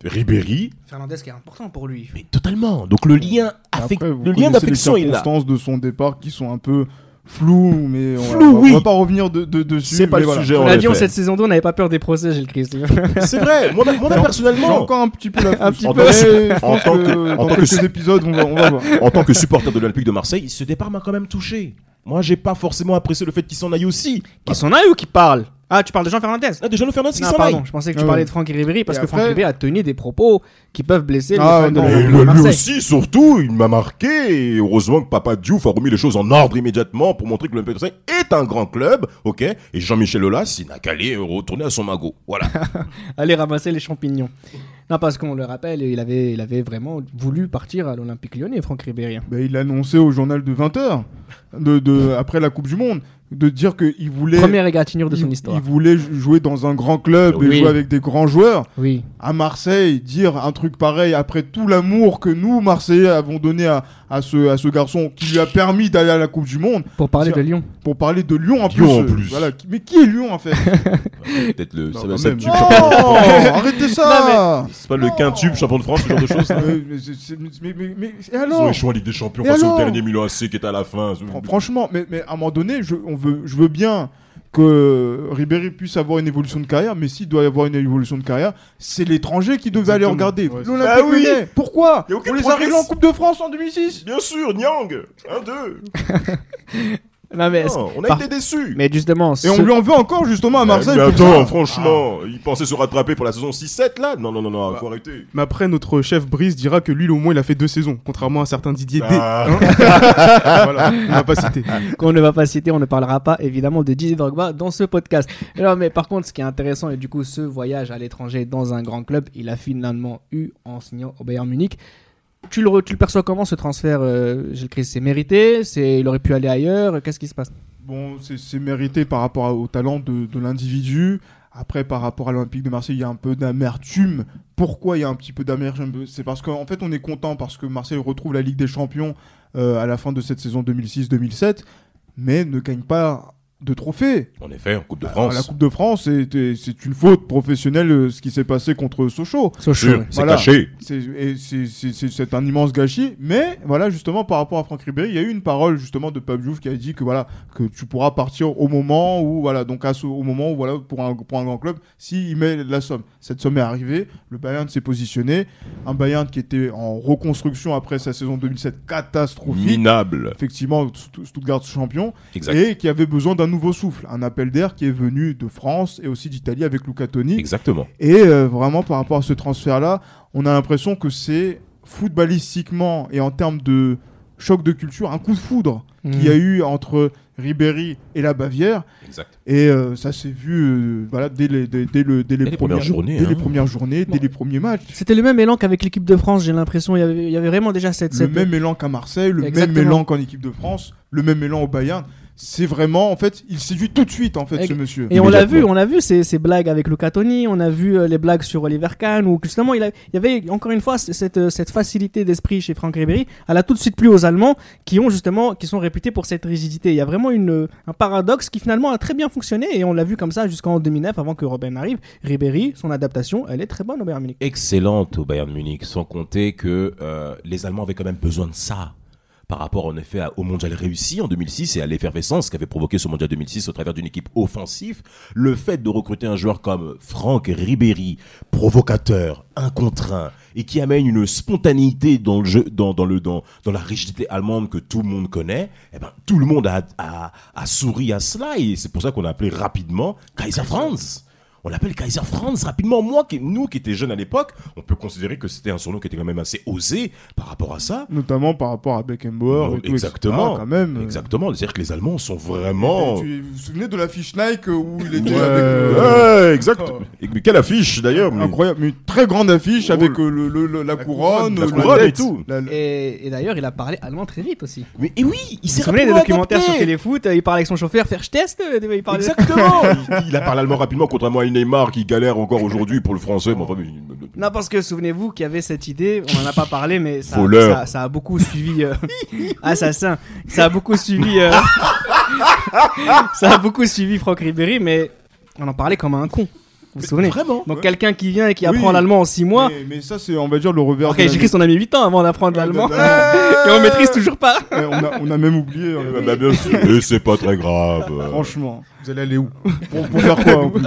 Speaker 6: Ribéry,
Speaker 5: Fernandez qui est important pour lui.
Speaker 6: mais totalement. Donc le lien, affect-
Speaker 7: Après, vous
Speaker 6: le lien
Speaker 7: connaissez
Speaker 6: d'affection
Speaker 7: les
Speaker 6: est là.
Speaker 7: circonstances de son départ qui sont un peu floues, mais on, va-
Speaker 6: Floues,
Speaker 7: on va,
Speaker 6: oui.
Speaker 7: on va pas revenir de, de- dessus.
Speaker 6: C'est pas
Speaker 7: mais
Speaker 6: le
Speaker 7: voilà.
Speaker 6: sujet
Speaker 5: On
Speaker 6: en
Speaker 5: l'a dit, on,
Speaker 6: effet.
Speaker 5: cette saison 2, on n'avait pas peur des procès, Gilles Christ.
Speaker 6: C'est vrai. Moi, moi,
Speaker 7: J'ai
Speaker 6: personnellement,
Speaker 7: encore un petit peu la
Speaker 5: Un
Speaker 7: flouche,
Speaker 5: petit
Speaker 6: En
Speaker 7: mais
Speaker 6: tant que-
Speaker 7: je
Speaker 6: en tant
Speaker 7: pense
Speaker 6: que-
Speaker 7: que
Speaker 6: en
Speaker 7: dans
Speaker 6: tant que
Speaker 7: quelques
Speaker 6: su-
Speaker 7: épisodes, on va, on va voir.
Speaker 6: en tant que supporter de l'Olympique de Marseille, ce départ m'a quand même touché. Moi, j'ai pas forcément apprécié le fait qu'il s'en aille aussi.
Speaker 5: Qui s'en a ou qui parle Ah, tu parles de Jean Fernandez
Speaker 6: Ah, de Jano Fernandez, il
Speaker 5: non,
Speaker 6: s'en aille.
Speaker 5: pardon, je pensais que tu
Speaker 7: Ah
Speaker 5: parlais
Speaker 7: ouais.
Speaker 5: de Franck Ribéry parce
Speaker 7: Et
Speaker 5: que Franck
Speaker 7: après-
Speaker 5: Ribéry a tenu des propos qui peuvent blesser
Speaker 7: Ah,
Speaker 5: les fans de
Speaker 7: non,
Speaker 6: Et
Speaker 5: l'Olympique de
Speaker 6: le- lui
Speaker 5: Marseille.
Speaker 6: aussi, surtout, il m'a marqué. Et heureusement que Papa Diouf a remis les choses en ordre immédiatement pour montrer que l'Olympique de Marseille est un grand club, ok Et Jean-Michel Aulas, il n'a qu'à aller euh, retourner à son magot. Voilà.
Speaker 5: aller ramasser les champignons. Non, parce qu'on le rappelle, il avait, il avait vraiment voulu partir à l'Olympique lyonnais, Franck Ribéry.
Speaker 7: Ben, il l'a annoncé au journal de 20h, de, de, après la Coupe du Monde, de dire qu'il voulait,
Speaker 5: Première égratignure de son
Speaker 7: il-
Speaker 5: histoire.
Speaker 7: il voulait jouer dans un grand club
Speaker 5: Oui.
Speaker 7: et jouer avec des grands joueurs.
Speaker 5: Oui.
Speaker 7: à Marseille, dire un truc pareil après tout l'amour que nous, Marseillais, avons donné à, à ce, à ce garçon qui lui a permis d'aller à la Coupe du Monde
Speaker 5: Pour parler
Speaker 7: Tiens.
Speaker 5: de Lyon.
Speaker 7: pour parler de Lyon
Speaker 6: Lyon
Speaker 7: en plus.
Speaker 6: en plus.
Speaker 7: Voilà. Qui- Mais qui est Lyon en fait
Speaker 6: Peut-être le.
Speaker 8: Non,
Speaker 6: ça
Speaker 8: quand
Speaker 6: va- ça-
Speaker 8: même.
Speaker 6: tu-
Speaker 7: Oh, Arrêtez ça
Speaker 6: C'est pas le quintube champion de France, ce genre de choses. ça
Speaker 7: Euh, mais c'est- c'est- mais, mais- mais- et
Speaker 6: Ils ont
Speaker 7: alors
Speaker 6: échoué en Ligue des Champions
Speaker 7: Et
Speaker 6: face au
Speaker 7: alors
Speaker 6: dernier Milan AC qui est à la fin.
Speaker 7: Fran- Franchement, mais, mais à un moment donné, je, on veut, je veux bien que Ribéry puisse avoir une évolution de carrière, mais s'il doit y avoir une évolution de carrière, c'est l'étranger qui devait aller
Speaker 8: Exactement.
Speaker 7: regarder.
Speaker 8: Ouais, c'est-
Speaker 7: L'Olympique
Speaker 6: Ah oui.
Speaker 7: Lyonnais. Eh, Pourquoi
Speaker 6: Y a aucune
Speaker 7: On les a
Speaker 6: progresse.
Speaker 7: réglés en Coupe de France en 2006
Speaker 6: Bien sûr, Nyang 1, 2.
Speaker 5: Non, mais,
Speaker 6: On
Speaker 5: par-
Speaker 6: a été déçus.
Speaker 5: mais justement,
Speaker 7: Oh.
Speaker 5: ce-
Speaker 7: Et on lui en veut encore justement à Ah, Marseille.
Speaker 6: Eh, Mais
Speaker 7: pour ça.
Speaker 6: attends, franchement, il pensait se rattraper pour la saison 6-7 là Non, non, non, non, faut arrêter.
Speaker 8: Mais après, notre chef Brice dira que lui, au moins, il a fait deux saisons, contrairement à certains Didier D.
Speaker 6: Ah.
Speaker 8: voilà, on n'a pas cité.
Speaker 5: qu'on ne va pas citer, on ne parlera pas évidemment de Didier Drogba dans ce podcast. Non, mais par contre, ce qui est intéressant, et du coup, ce voyage à l'étranger dans un grand club, il a finalement eu en signant au Bayern Munich. tu le, re- tu le perçois comment ce transfert, euh, Gilles Christ C'est mérité C'est il aurait pu aller ailleurs Qu'est-ce qui se passe
Speaker 7: Bon, c'est- c'est mérité par rapport à- au talent de, de l'individu. Après, par rapport à l'Olympique de Marseille, il y a un peu d'amertume. Pourquoi il y a un petit peu d'amertume C'est parce qu'en fait, on est content parce que Marseille retrouve la Ligue des Champions euh, à la fin de cette saison 2006-2007, mais ne gagne pas de trophée.
Speaker 6: En effet, en Coupe de
Speaker 7: Alors,
Speaker 6: France.
Speaker 7: la Coupe de France, c'est- c'est une faute professionnelle euh, ce qui s'est passé contre Sochaux.
Speaker 5: Sochaux,
Speaker 6: Sûr,
Speaker 5: ouais.
Speaker 6: C'est
Speaker 7: Voilà.
Speaker 6: caché.
Speaker 7: C'est et c'est- c'est- c'est- c'est un immense gâchis. Mais voilà, justement, par rapport à Franck Ribéry, il y a eu une parole justement de Pape Diouf qui a dit que voilà que tu pourras partir au moment où voilà donc à ce- au moment où voilà pour un pour un grand club s'il met la somme. Cette somme est arrivée. Le Bayern s'est positionné. Un Bayern qui était en reconstruction après sa saison 2007 catastrophique.
Speaker 6: Minable.
Speaker 7: Effectivement, Stutt- Stuttgart champion
Speaker 6: Exact.
Speaker 7: et qui avait besoin d'un nouveau souffle, un appel d'air qui est venu de France et aussi d'Italie avec Luca Toni.
Speaker 6: Exactement.
Speaker 7: Et euh, vraiment, par rapport à ce transfert-là, on a l'impression que c'est footballistiquement et en termes de choc de culture, un coup de foudre qu'il y
Speaker 5: Mmh.
Speaker 7: a eu entre Ribéry et la Bavière.
Speaker 6: Exact.
Speaker 7: Et euh, ça s'est vu euh, voilà, dès, les, dès, dès le- dès les
Speaker 6: Dès les premières journées,
Speaker 7: dès les
Speaker 6: hein.
Speaker 7: premières journées, dès
Speaker 5: Bon.
Speaker 7: les premiers matchs.
Speaker 5: C'était le même élan qu'avec l'équipe de France, j'ai l'impression. Il y avait- il y avait vraiment déjà cette.
Speaker 7: Le
Speaker 5: cette-
Speaker 7: même élan qu'à Marseille, le
Speaker 5: Exactement.
Speaker 7: même élan qu'en équipe de France, le même élan au Bayern. C'est vraiment, en fait, il séduit tout de suite, en fait,
Speaker 5: Ex-
Speaker 7: ce monsieur.
Speaker 5: Et on l'a vu,
Speaker 6: Immédiatement.
Speaker 5: on l'a vu ces, ces blagues avec Luca Toni, on a vu euh, les blagues sur Oliver Kahn, où justement il, a- il y avait encore une fois c- cette, euh, cette facilité d'esprit chez Franck Ribéry. Elle a tout de suite plu aux Allemands qui ont justement qui sont réputés pour cette rigidité. Il y a vraiment une, euh, un paradoxe qui finalement a très bien fonctionné et on l'a vu comme ça jusqu'en 2009 avant que Robin arrive. Ribéry, son adaptation, elle est très bonne au Bayern Munich.
Speaker 6: Excellente au Bayern Munich, sans compter que euh, les Allemands avaient quand même besoin de ça. Par rapport en effet à- au mondial réussi en 2006 et à l'effervescence qu'avait provoqué ce mondial 2006 au travers d'une équipe offensive, le fait de recruter un joueur comme Franck Ribéry, provocateur, un contre un, et qui amène une spontanéité dans le jeu, dans, dans le dans, dans la rigidité allemande que tout le monde connaît, eh ben tout le monde a, a, a souri à cela et c'est pour ça qu'on a appelé rapidement Kaiser Franz. On l'appelle Kaiser Franz rapidement. Moi, qui, nous qui étions jeunes à l'époque, on peut considérer que c'était un surnom qui était quand même assez osé par rapport à ça.
Speaker 7: Notamment par rapport à Beckenbauer.
Speaker 6: Non,
Speaker 7: et tout,
Speaker 6: exactement.
Speaker 7: etc., quand même. euh,
Speaker 6: Exactement. C'est-à-dire que les Allemands sont
Speaker 7: Et
Speaker 6: vraiment.
Speaker 7: tu- Vous vous souvenez de l'affiche Nike euh, où il était
Speaker 6: Oh. Ouais,
Speaker 7: avec. euh,
Speaker 6: ouais, exact. Et- Mais quelle affiche d'ailleurs. mais-
Speaker 7: Incroyable, mais une très grande affiche avec euh, le, le- le- la,
Speaker 6: couronne,
Speaker 7: couronne,
Speaker 6: la
Speaker 7: euh,
Speaker 6: couronne
Speaker 7: tête,
Speaker 6: et tout.
Speaker 7: la- la-
Speaker 5: Et, et d'ailleurs, il a parlé allemand très vite aussi.
Speaker 6: Mais et oui, il
Speaker 5: Vous
Speaker 6: s'est
Speaker 5: vous souvenez des
Speaker 6: rapidement
Speaker 5: documentaires
Speaker 6: adapté.
Speaker 5: sur Téléfoot euh, Il parlait avec son chauffeur, faire test il parlait
Speaker 6: Exactement. il, il a parlé allemand rapidement, contrairement à Neymar qui galère encore aujourd'hui pour le français. Mais enfin, mais-
Speaker 5: Non, parce que souvenez-vous qu'il y avait cette idée, on en a pas parlé, mais ça,
Speaker 6: Voleur.
Speaker 5: ça, ça a beaucoup suivi. euh, assassin, ça a beaucoup suivi. euh, ça a beaucoup suivi Franck Ribéry, mais on en parlait comme un con. Vous vous souvenez
Speaker 6: Vraiment.
Speaker 5: Donc
Speaker 7: Ouais.
Speaker 5: quelqu'un qui vient et qui
Speaker 7: Oui.
Speaker 5: apprend l'allemand en 6 mois.
Speaker 7: mais, mais ça, c'est, on va dire, le revers
Speaker 5: Ok,
Speaker 7: de la
Speaker 5: j'ai on a mis 8 ans avant d'apprendre
Speaker 7: Ouais, bah,
Speaker 5: l'allemand.
Speaker 7: d'abord.
Speaker 5: Et on maîtrise toujours pas.
Speaker 7: Ouais, on, a, on a même oublié, euh,
Speaker 6: Eh ben, bien sûr. Et c'est pas très grave.
Speaker 7: franchement.
Speaker 8: Vous allez aller où
Speaker 7: Pour, pour faire quoi en plus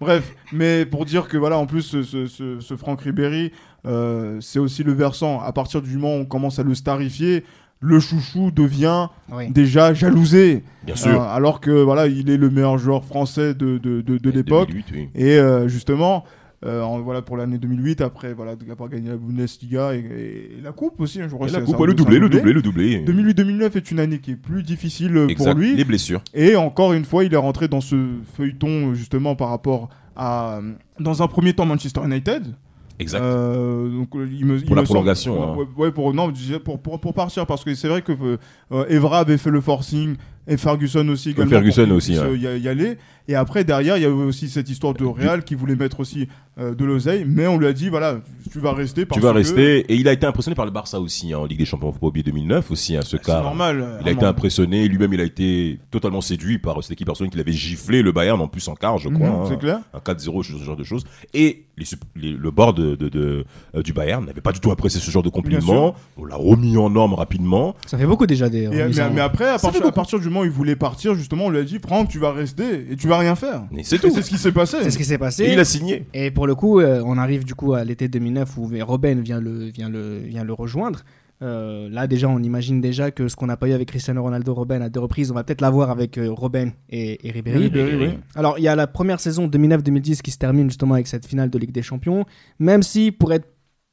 Speaker 7: Bref, mais pour dire que voilà, en plus, ce, ce, ce- ce Franck Ribéry, euh, c'est aussi le versant. À partir du moment où on commence à le starifier, le chouchou devient
Speaker 5: Oui.
Speaker 7: déjà jalousé.
Speaker 6: Bien sûr.
Speaker 7: Euh, alors que voilà, il est le meilleur joueur français de, de, de, de l'époque.
Speaker 6: 2008, oui.
Speaker 7: Et euh, justement, euh, en- voilà pour l'année 2008, après voilà d'avoir gagné la Bundesliga et, et- et la coupe aussi, hein, je crois
Speaker 6: Et
Speaker 7: que
Speaker 6: la
Speaker 7: c'est-
Speaker 6: coupe,
Speaker 7: c'est un-
Speaker 6: le
Speaker 7: c'est un
Speaker 6: doublé, le doublé, le doublé.
Speaker 7: 2008-2009 est une année qui est plus difficile euh,
Speaker 6: Exact.
Speaker 7: pour lui.
Speaker 6: Les blessures.
Speaker 7: Et encore une fois, il est rentré dans ce feuilleton euh, justement par rapport à euh, dans un premier temps Manchester United.
Speaker 6: Exact.
Speaker 7: Euh, donc euh, il me, il
Speaker 6: Pour la
Speaker 7: me semble-
Speaker 6: prolongation, hein.
Speaker 7: Ouais, ouais, pour non, je disais pour, pour pour partir parce que c'est vrai que euh, euh, Evra avait fait le forcing. Et Ferguson aussi. également,
Speaker 6: Ferguson
Speaker 7: pour qu'il
Speaker 6: aussi,
Speaker 7: puisse,
Speaker 6: ouais. Euh,
Speaker 7: euh, y, a- y aller. Et après, derrière, il y avait aussi cette histoire de Real qui voulait mettre aussi euh, de l'oseille. Mais on lui a dit voilà, tu vas rester. Parce
Speaker 6: Tu vas
Speaker 7: que-
Speaker 6: rester. Et il a été impressionné par le Barça aussi hein, en Ligue des Champions. Faut pas oublier 2009 aussi, hein, ce
Speaker 7: Bah, C'est
Speaker 6: quart.
Speaker 7: normal.
Speaker 6: Il a été
Speaker 7: vraiment.
Speaker 6: impressionné. Lui-même, il a été totalement séduit par cette équipe Barcelone qu'il avait giflé le Bayern en plus en quart, je crois.
Speaker 7: Mhm,
Speaker 6: hein.
Speaker 7: C'est clair.
Speaker 6: un 4-0, ce genre de choses. Et les sup- les- le bord de, de- de- euh, du Bayern n'avait pas du tout apprécié ce genre de compliments. On l'a remis en norme rapidement.
Speaker 5: Ça fait beaucoup déjà des.
Speaker 7: Et- mais,
Speaker 5: remises en-
Speaker 7: mais après,
Speaker 5: Ça
Speaker 7: à
Speaker 5: fait
Speaker 7: partir, à
Speaker 5: beaucoup.
Speaker 7: partir du moment où il voulait partir, justement, on lui a dit Franck, tu vas rester et tu vas rien faire.
Speaker 6: Et c'est
Speaker 7: Et
Speaker 6: tout.
Speaker 7: c'est ce qui s'est passé.
Speaker 5: C'est ce qui s'est passé.
Speaker 6: Et il a signé.
Speaker 5: Et pour le coup, euh, on arrive du coup à l'été 2009 où Robben vient le, vient le, vient le rejoindre. Euh, là déjà, on imagine déjà que ce qu'on n'a pas eu avec Cristiano Ronaldo Robben à deux reprises, on va peut-être l'avoir avec euh, Robben et, et Ribéry. Alors il y a la première saison 2009-2010 qui se termine justement avec cette finale de Ligue des Champions, même si pour être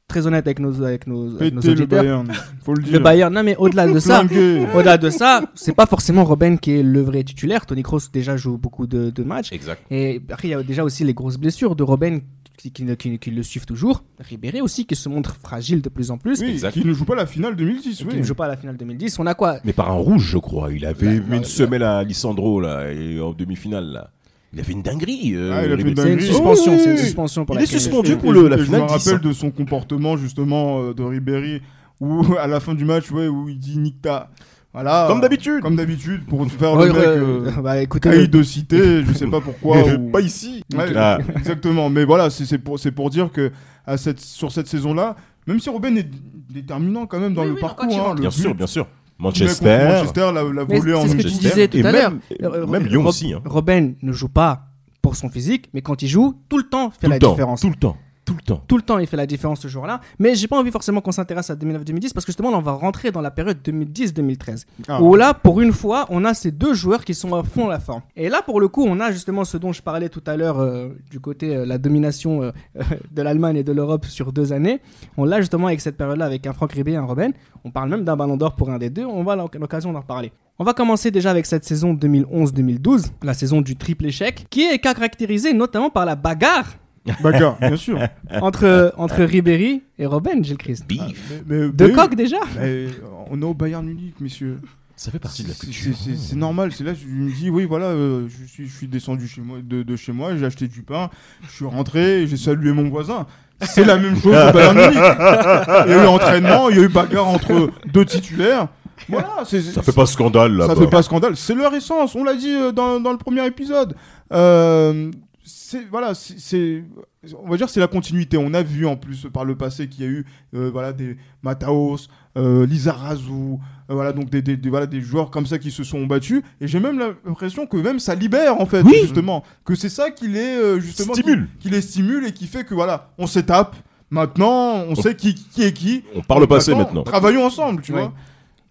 Speaker 5: très honnête avec nos, avec nos, avec nos
Speaker 7: Péter le
Speaker 5: auditeurs,
Speaker 7: Bayern. Faut le hein. dire.
Speaker 5: le Bayern, non mais au-delà de ça,
Speaker 7: Flingué.
Speaker 5: au-delà de ça, c'est pas forcément Robben qui est le vrai titulaire. Tony Kroos déjà joue beaucoup de, de matchs.
Speaker 6: Exact.
Speaker 5: Et après, il y a déjà aussi les grosses blessures de Robben qui, qui- qui- qui le suivent toujours, Ribéry aussi, qui se montre fragile de plus en plus,
Speaker 7: Oui,
Speaker 6: exact.
Speaker 7: qui ne joue pas la finale 2010.
Speaker 5: et
Speaker 7: Oui.
Speaker 5: qui ne joue pas à la finale 2010. On a quoi
Speaker 6: Mais par un rouge, je crois. Il
Speaker 7: Bah,
Speaker 6: avait
Speaker 5: Ouais,
Speaker 6: mis
Speaker 5: ouais,
Speaker 6: une
Speaker 5: ouais.
Speaker 6: semelle à Lissandro là, et en demi-finale. Là. Il a fait une dinguerie. euh,
Speaker 7: Ah, il a fait
Speaker 6: Ribéry.
Speaker 7: une
Speaker 5: C'est une
Speaker 7: dinguerie.
Speaker 5: suspension,
Speaker 6: Oui,
Speaker 5: c'est une
Speaker 6: oui, oui.
Speaker 5: suspension pour
Speaker 6: Il est
Speaker 5: laquelle-
Speaker 6: suspendu.
Speaker 7: Et-
Speaker 6: pour
Speaker 7: et
Speaker 6: le-
Speaker 7: je-
Speaker 6: la
Speaker 7: et
Speaker 6: finale
Speaker 7: Je me
Speaker 6: 10,
Speaker 7: rappelle
Speaker 6: hein.
Speaker 7: de son comportement justement euh, de Ribéry où à la fin du match, ouais, où il dit Nicta. Voilà.
Speaker 6: Comme d'habitude.
Speaker 7: Comme d'habitude pour faire
Speaker 5: Ouais,
Speaker 7: le mec
Speaker 5: euh,
Speaker 7: euh,
Speaker 5: bah, écoutez,
Speaker 7: caïd de cité, je sais pas pourquoi. ou-
Speaker 6: Pas ici.
Speaker 7: Ouais,
Speaker 6: Ah.
Speaker 7: Exactement. Mais voilà, c'est c'est pour c'est pour dire que à cette sur cette saison-là, même si Robin est déterminant quand même dans
Speaker 5: Oui,
Speaker 7: le
Speaker 5: oui, non,
Speaker 7: parcours,
Speaker 5: quand il
Speaker 7: hein,
Speaker 5: rentre.
Speaker 7: le
Speaker 6: Bien
Speaker 7: but
Speaker 6: sûr, bien sûr.
Speaker 7: du mec contre
Speaker 6: Manchester.
Speaker 7: Manchester l'a l'a
Speaker 5: Mais
Speaker 7: volé en
Speaker 5: c'est ce que tu
Speaker 7: Manchester.
Speaker 5: disais tout
Speaker 6: et
Speaker 5: à l'heure.
Speaker 6: même,
Speaker 5: Euh,
Speaker 6: même
Speaker 5: Rob-
Speaker 6: Lyon
Speaker 5: Rob-
Speaker 6: aussi. hein.
Speaker 5: Robben ne joue pas pour son physique, mais quand il joue, tout le temps fait
Speaker 6: Tout
Speaker 5: la
Speaker 6: le temps.
Speaker 5: différence.
Speaker 6: Tout le temps. Tout le temps.
Speaker 5: tout le temps il fait la différence ce jour-là. Mais j'ai pas envie forcément qu'on s'intéresse à 2009-2010 parce que justement là on va rentrer dans la période 2010-2013
Speaker 7: Ah.
Speaker 5: où là pour une fois on a ces deux joueurs qui sont à fond la forme. Et là pour le coup on a justement ce dont je parlais tout à l'heure euh, du côté euh, la domination euh, de l'Allemagne et de l'Europe sur deux années. On l'a justement avec cette période-là avec un Franck Ribéry et un Robben. On parle même d'un Ballon d'Or pour un des deux. On va l'oc- l'occasion d'en reparler. On va commencer déjà avec cette saison 2011-2012, la saison du triple échec, qui est caractérisée notamment par la bagarre
Speaker 7: Bagarre, bien sûr.
Speaker 5: entre, entre Ribéry et Robben, Gilles Christ.
Speaker 6: Beef.
Speaker 7: Mais-
Speaker 5: De
Speaker 7: mais-
Speaker 5: coq déjà
Speaker 7: mais euh, on est au Bayern Munich, messieurs.
Speaker 6: Ça fait partie de la
Speaker 7: C'est-
Speaker 6: culture.
Speaker 7: c'est- C'est c'est normal, c'est là je me dis oui voilà, euh, je, suis, je suis descendu chez moi, de, de chez moi, j'ai acheté du pain, je suis rentré, j'ai salué mon voisin. C'est la même chose au Bayern Munich. Il y a eu entraînement, il y a eu bagarre entre deux titulaires. Voilà, c'est-
Speaker 6: Ça fait pas scandale là.
Speaker 7: ça fait pas scandale. C'est leur essence, on l'a dit euh, dans, dans le premier épisode. Euh, c'est voilà, c'est- c'est on va dire c'est la continuité. On a vu en plus par le passé qu'il y a eu euh, voilà des Mataos, euh, Lizarazu, euh, voilà donc des, des, des- voilà des joueurs comme ça qui se sont battus. Et j'ai même l'impression que même ça libère en fait justement que c'est ça qui les euh, justement qui-
Speaker 6: Stimule.
Speaker 7: qui, les stimule et qui fait que voilà on s'étape. Maintenant, on, sait qui, qui est qui.
Speaker 6: On parle au Oh. passé
Speaker 7: Maintenant,
Speaker 6: maintenant.
Speaker 7: Travaillons ensemble, tu
Speaker 5: Oui.
Speaker 7: vois.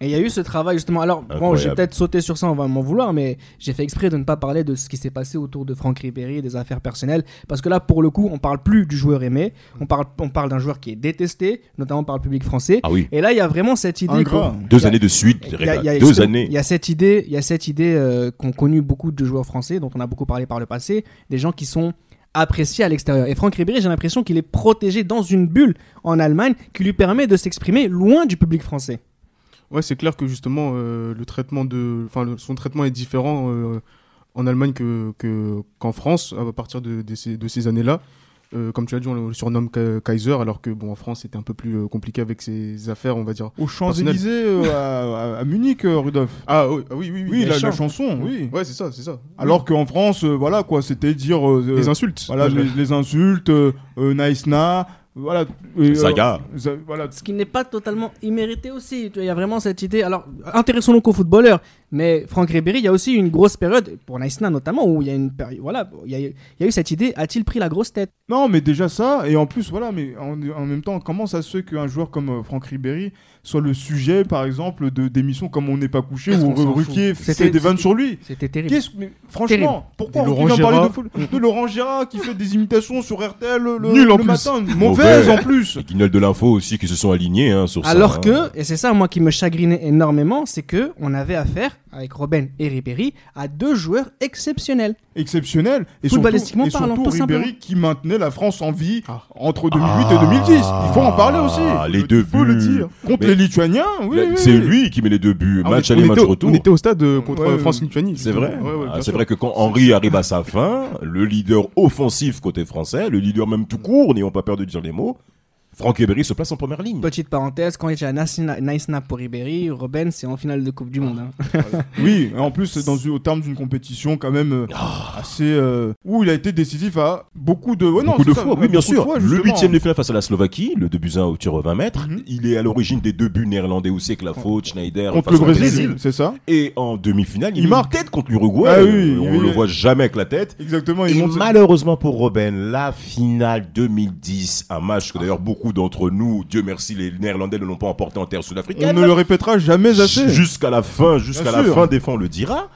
Speaker 5: Et il y a eu ce travail justement. Alors, bon,
Speaker 6: Incroyable.
Speaker 5: j'ai peut-être sauté sur ça, on va m'en vouloir, mais j'ai fait exprès de ne pas parler de ce qui s'est passé autour de Franck Ribéry et des affaires personnelles. Parce que là, pour le coup, on parle plus du joueur aimé, on parle, on parle d'un joueur qui est détesté, notamment par le public français.
Speaker 6: Ah oui.
Speaker 5: Et là, il y a vraiment cette idée. Bah,
Speaker 7: Ingrat.
Speaker 5: qu'on- il y
Speaker 6: Deux
Speaker 5: a-
Speaker 6: années de suite.
Speaker 5: Il y a- il y a-
Speaker 6: Deux
Speaker 5: justement,
Speaker 6: années.
Speaker 5: Il y a cette idée, il y a cette idée euh, qu'ont connue beaucoup de joueurs français, dont on a beaucoup parlé par le passé, des gens qui sont appréciés à l'extérieur. Et Franck Ribéry, j'ai l'impression qu'il est protégé dans une bulle en Allemagne qui lui permet de s'exprimer loin du public français.
Speaker 8: Ouais, c'est clair que justement, euh, le traitement de, enfin, le- son traitement est différent euh, en Allemagne que que- qu'en France à partir de, de ces, de ces années-là. Euh, comme tu l'as dit, on le surnomme Ka- Kaiser, alors que bon, en France, c'était un peu plus euh, compliqué avec ses affaires, on va dire.
Speaker 7: Aux Champs-Élysées, euh, à, à- à Munich, euh, Rudolf.
Speaker 8: Ah oui, ah oui, oui, oui.
Speaker 7: Oui,
Speaker 8: les
Speaker 7: la, la
Speaker 8: chants.
Speaker 7: chanson, oui.
Speaker 8: Ouais, c'est ça, c'est ça.
Speaker 7: Alors qu'en France, euh, voilà quoi, c'était dire euh, euh,
Speaker 8: les insultes.
Speaker 7: voilà,
Speaker 8: Ouais,
Speaker 7: les, les insultes, euh, euh, nice na, voilà. et, euh,
Speaker 6: Zaga.
Speaker 7: za- voilà.
Speaker 5: Ce qui n'est pas totalement immérité aussi. Tu vois, Il y a vraiment cette idée. Alors, intéressons-nous qu'aux footballeurs, mais Franck Ribéry, il y a aussi une grosse période, pour Naïsna notamment, où il y a une période. Voilà, il y a, eu- il y a eu cette idée a-t-il pris la grosse tête
Speaker 7: Non, mais déjà ça, et en plus, voilà, mais en, en même temps, comment ça se fait qu'un joueur comme euh, Franck Ribéry soit le sujet, par exemple, de d'émissions comme On n'est pas couché
Speaker 5: Qu'est-ce
Speaker 7: où
Speaker 5: qu'on s'en
Speaker 7: Ruquier
Speaker 5: fout
Speaker 7: fait des
Speaker 5: C'était-
Speaker 7: vannes sur lui
Speaker 5: C'était terrible.
Speaker 7: Qu'est-ce mais franchement,
Speaker 5: Terrible.
Speaker 7: pourquoi
Speaker 8: Des
Speaker 7: on
Speaker 8: Laurent
Speaker 7: vient parler
Speaker 8: Gérard.
Speaker 7: de, foot- de Laurent Gérard qui fait des imitations sur RTL le, le-
Speaker 8: Nul en
Speaker 7: le
Speaker 8: plus.
Speaker 7: matin, mauvaise en plus.
Speaker 6: Les guignols de l'info aussi qui se sont alignés hein, sur ça.
Speaker 5: Alors
Speaker 6: hein.
Speaker 5: que, et c'est ça moi qui me chagrinait énormément, c'est que on avait affaire avec Robben et Ribéry à deux joueurs exceptionnels.
Speaker 7: exceptionnel et surtout,
Speaker 5: Footballistiquement
Speaker 7: et surtout
Speaker 5: parlant, tout
Speaker 7: Ribéry
Speaker 5: simplement.
Speaker 7: qui maintenait la France en vie
Speaker 8: Ah.
Speaker 7: entre 2008
Speaker 6: Ah.
Speaker 7: et 2010. Il faut en parler aussi.
Speaker 6: Ah, les
Speaker 7: Il
Speaker 6: deux
Speaker 7: faut le
Speaker 6: buts.
Speaker 7: dire. Contre
Speaker 6: Mais-
Speaker 7: les Lituaniens, oui.
Speaker 6: Là,
Speaker 7: oui,
Speaker 6: c'est
Speaker 7: oui.
Speaker 6: lui qui met les deux buts,
Speaker 8: Ah, on
Speaker 6: match
Speaker 8: est-
Speaker 6: aller,
Speaker 8: on
Speaker 6: match
Speaker 8: était au-
Speaker 6: retour.
Speaker 8: On était au stade euh, contre
Speaker 7: Ouais,
Speaker 8: euh,
Speaker 7: ouais.
Speaker 8: France-Lituanie.
Speaker 6: C'est vrai.
Speaker 8: Ouais, ouais,
Speaker 6: Ah,
Speaker 8: bien
Speaker 6: c'est
Speaker 8: sûr.
Speaker 6: vrai que quand Henri arrive à sa fin, le leader offensif côté français, le leader même tout court, n'ayons pas peur de dire les mots, Franck Ribéry se place en première ligne.
Speaker 5: Petite parenthèse, quand il y a Naïsna pour Ribéry, Robben c'est en finale de Coupe du Monde. hein.
Speaker 7: Oui, et en plus c'est dans au terme d'une compétition quand même euh,
Speaker 6: Ah.
Speaker 7: assez euh, où il a été décisif à beaucoup de ouais, non,
Speaker 6: beaucoup
Speaker 7: c'est
Speaker 6: de
Speaker 7: ça,
Speaker 6: fois,
Speaker 7: ouais,
Speaker 6: oui, bien
Speaker 7: beaucoup de
Speaker 6: sûr.
Speaker 7: fois,
Speaker 6: le
Speaker 7: justement.
Speaker 6: huitième de finale face à la Slovaquie, le 2 buts 1 au tir au 20 mètres.
Speaker 7: Mhm.
Speaker 6: Il est à l'origine des deux buts néerlandais aussi avec la faute, Schneider.
Speaker 7: contre
Speaker 6: face
Speaker 7: le
Speaker 6: au
Speaker 7: Brésil, c'est ça
Speaker 6: Et en demi-finale, il,
Speaker 7: Il
Speaker 6: marque
Speaker 7: marque.
Speaker 6: tête contre l'Uruguay.
Speaker 7: Ah oui,
Speaker 6: on
Speaker 7: oui,
Speaker 6: le
Speaker 7: oui.
Speaker 6: voit jamais avec la tête.
Speaker 7: Exactement, il
Speaker 6: Et
Speaker 7: monte
Speaker 6: malheureusement pour Robben, la finale 2010, un match que d'ailleurs beaucoup d'entre nous, Dieu merci, les Néerlandais ne l'ont pas emporté en terre
Speaker 7: on
Speaker 6: sud-africaine.
Speaker 7: ne le répétera jamais assez.
Speaker 6: J- Jusqu'à la fin, jusqu'à
Speaker 7: Bien
Speaker 6: la
Speaker 7: sûr.
Speaker 6: fin des fins, on le dira.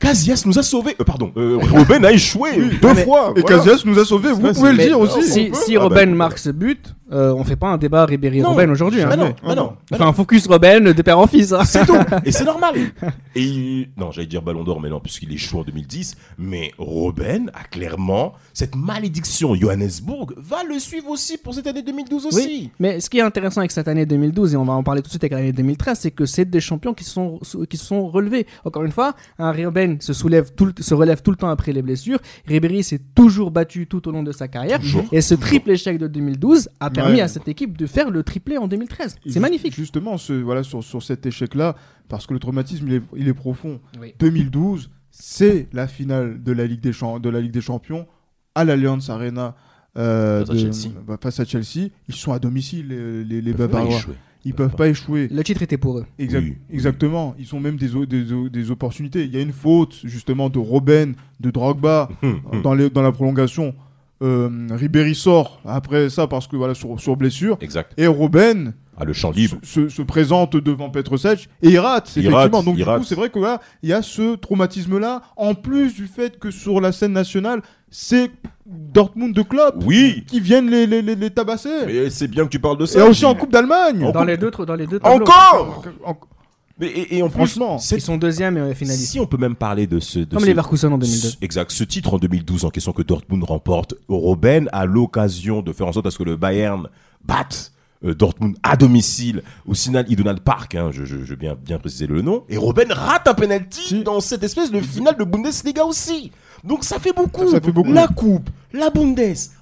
Speaker 6: Casillas nous a sauvés. Euh, pardon, euh, Robben a échoué deux
Speaker 5: mais-
Speaker 6: fois.
Speaker 7: Et
Speaker 6: voilà.
Speaker 7: Casillas nous a sauvés, vous
Speaker 6: Ça,
Speaker 7: pouvez le
Speaker 5: Mais
Speaker 7: dire aussi.
Speaker 5: Si,
Speaker 6: on peut.
Speaker 5: si
Speaker 6: Ah bah,
Speaker 5: Robben
Speaker 6: écoute.
Speaker 5: marque ce but, Euh, on fait pas un débat
Speaker 6: Non.
Speaker 5: Ribéry-Robben aujourd'hui.
Speaker 6: Ah
Speaker 5: hein.
Speaker 6: non, ah non,
Speaker 5: On
Speaker 6: ah
Speaker 5: fait
Speaker 6: non.
Speaker 5: un focus Robben de père en fils. hein.
Speaker 6: C'est tout. Et c'est normal. Et il- non, j'allais dire Ballon d'Or, mais non, puisqu'il est chaud en 2010. Mais Robben a clairement cette malédiction. Johannesburg va le suivre aussi pour cette année 2012 aussi.
Speaker 5: Oui, mais ce qui est intéressant avec cette année 2012, et on va en parler tout de suite avec l'année 2013, c'est que c'est des champions qui se sont, qui se sont relevés. Encore une fois, un Robben se, soulève tout le- se relève tout le temps après les blessures. Ribéry s'est toujours battu tout au long de sa carrière.
Speaker 6: Toujours.
Speaker 5: Et ce triple échec de 2012 a permis
Speaker 7: Ouais.
Speaker 5: à cette équipe de faire le triplé en 2013.
Speaker 7: Et
Speaker 5: C'est
Speaker 7: ju-
Speaker 5: magnifique.
Speaker 7: Justement, ce, voilà, sur, sur cet échec-là, parce que le traumatisme, il est, il est profond.
Speaker 5: Oui.
Speaker 7: 2012, c'est la finale de la Ligue des, Cham- de la Ligue des Champions à l'Allianz Arena. euh,
Speaker 6: Face à
Speaker 7: de-
Speaker 6: Chelsea.
Speaker 7: bah, face à Chelsea. Ils sont à domicile, les, les- les
Speaker 6: Ils peuvent pas
Speaker 7: Bavarois.
Speaker 6: échouer.
Speaker 7: Ils peuvent pas échouer.
Speaker 5: Le titre était pour eux.
Speaker 7: Exact-
Speaker 6: Oui, oui.
Speaker 7: Exactement. Ils ont même des, o- des, o- des opportunités. Il y a une faute, justement, de Robben, de Drogba
Speaker 6: Hum, hum.
Speaker 7: dans, les- dans la prolongation. Euh, Ribéry sort après ça parce que voilà sur, sur blessure.
Speaker 6: Exact.
Speaker 7: Et Robben,
Speaker 6: Ah, le champ libre.
Speaker 7: se, se présente devant Petrosec et il rate,
Speaker 6: Il
Speaker 7: effectivement.
Speaker 6: rate, il
Speaker 7: Donc, du
Speaker 6: rate.
Speaker 7: coup, c'est vrai que là, il y a ce traumatisme-là, en plus du fait que sur la scène nationale, c'est Dortmund de Klopp
Speaker 6: Oui.
Speaker 7: qui viennent les, les, les, les tabasser.
Speaker 6: Mais c'est bien que tu parles de
Speaker 7: Et
Speaker 6: ça.
Speaker 7: aussi en Coupe d'Allemagne.
Speaker 5: Dans les deux, dans les deux tableaux.
Speaker 6: Encore
Speaker 7: En-
Speaker 6: Mais, et, et en plus,
Speaker 7: Franchement.
Speaker 5: Ils
Speaker 6: cette-
Speaker 5: sont deuxième et euh, finaliste.
Speaker 6: si on peut même parler de ce. de
Speaker 5: Comme
Speaker 6: ce-
Speaker 5: les Leverkusen en 2002.
Speaker 6: Ce- Exact. Ce titre en 2012 en question que Dortmund remporte, Robben a l'occasion de faire en sorte à ce que le Bayern batte euh, Dortmund à domicile au Signal Iduna Park. hein, je, je, je veux bien, bien préciser le nom. Et Robben rate un penalty dans cette espèce de finale de Bundesliga aussi. Donc ça fait beaucoup.
Speaker 7: Ça fait beaucoup.
Speaker 6: La Coupe, la Bundes,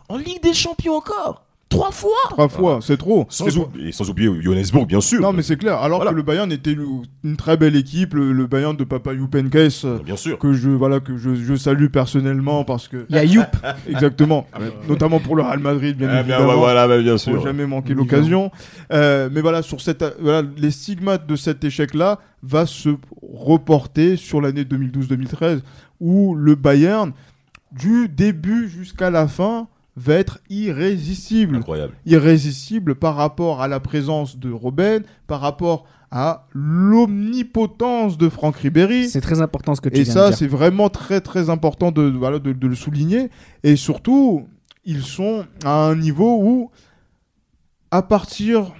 Speaker 6: en Ligue des Champions encore. Trois fois.
Speaker 7: Trois fois, c'est trop.
Speaker 6: Sans,
Speaker 7: C'est-
Speaker 6: ou- et sans oublier Johannesburg, bien sûr.
Speaker 7: Non, mais c'est clair. Alors
Speaker 6: Voilà.
Speaker 7: que le Bayern était une, une très belle équipe, le, le Bayern de Papa Youpenkes. euh,
Speaker 6: Bien sûr.
Speaker 7: Que je voilà que je, je salue personnellement parce que
Speaker 5: Il y a Youp.
Speaker 7: exactement notamment pour le Real Madrid bien
Speaker 6: Ah, bien,
Speaker 7: évidemment
Speaker 6: ouais, voilà, bah, bien
Speaker 7: Faut
Speaker 6: sûr.
Speaker 7: jamais manquer
Speaker 8: Évidemment.
Speaker 7: l'occasion. Euh, mais voilà, sur cette, voilà, les stigmates de cet échec-là va se reporter sur l'année 2012-2013, où le Bayern, du début jusqu'à la fin, va être irrésistible.
Speaker 6: Incroyable.
Speaker 7: Irrésistible par rapport à la présence de Robben, par rapport à l'omnipotence de Franck Ribéry.
Speaker 5: C'est très important ce que tu
Speaker 7: Et
Speaker 5: viens
Speaker 7: ça,
Speaker 5: de dire.
Speaker 7: c'est vraiment très très important de, de- voilà, de, de le souligner. Et surtout, ils sont à un niveau où, à partir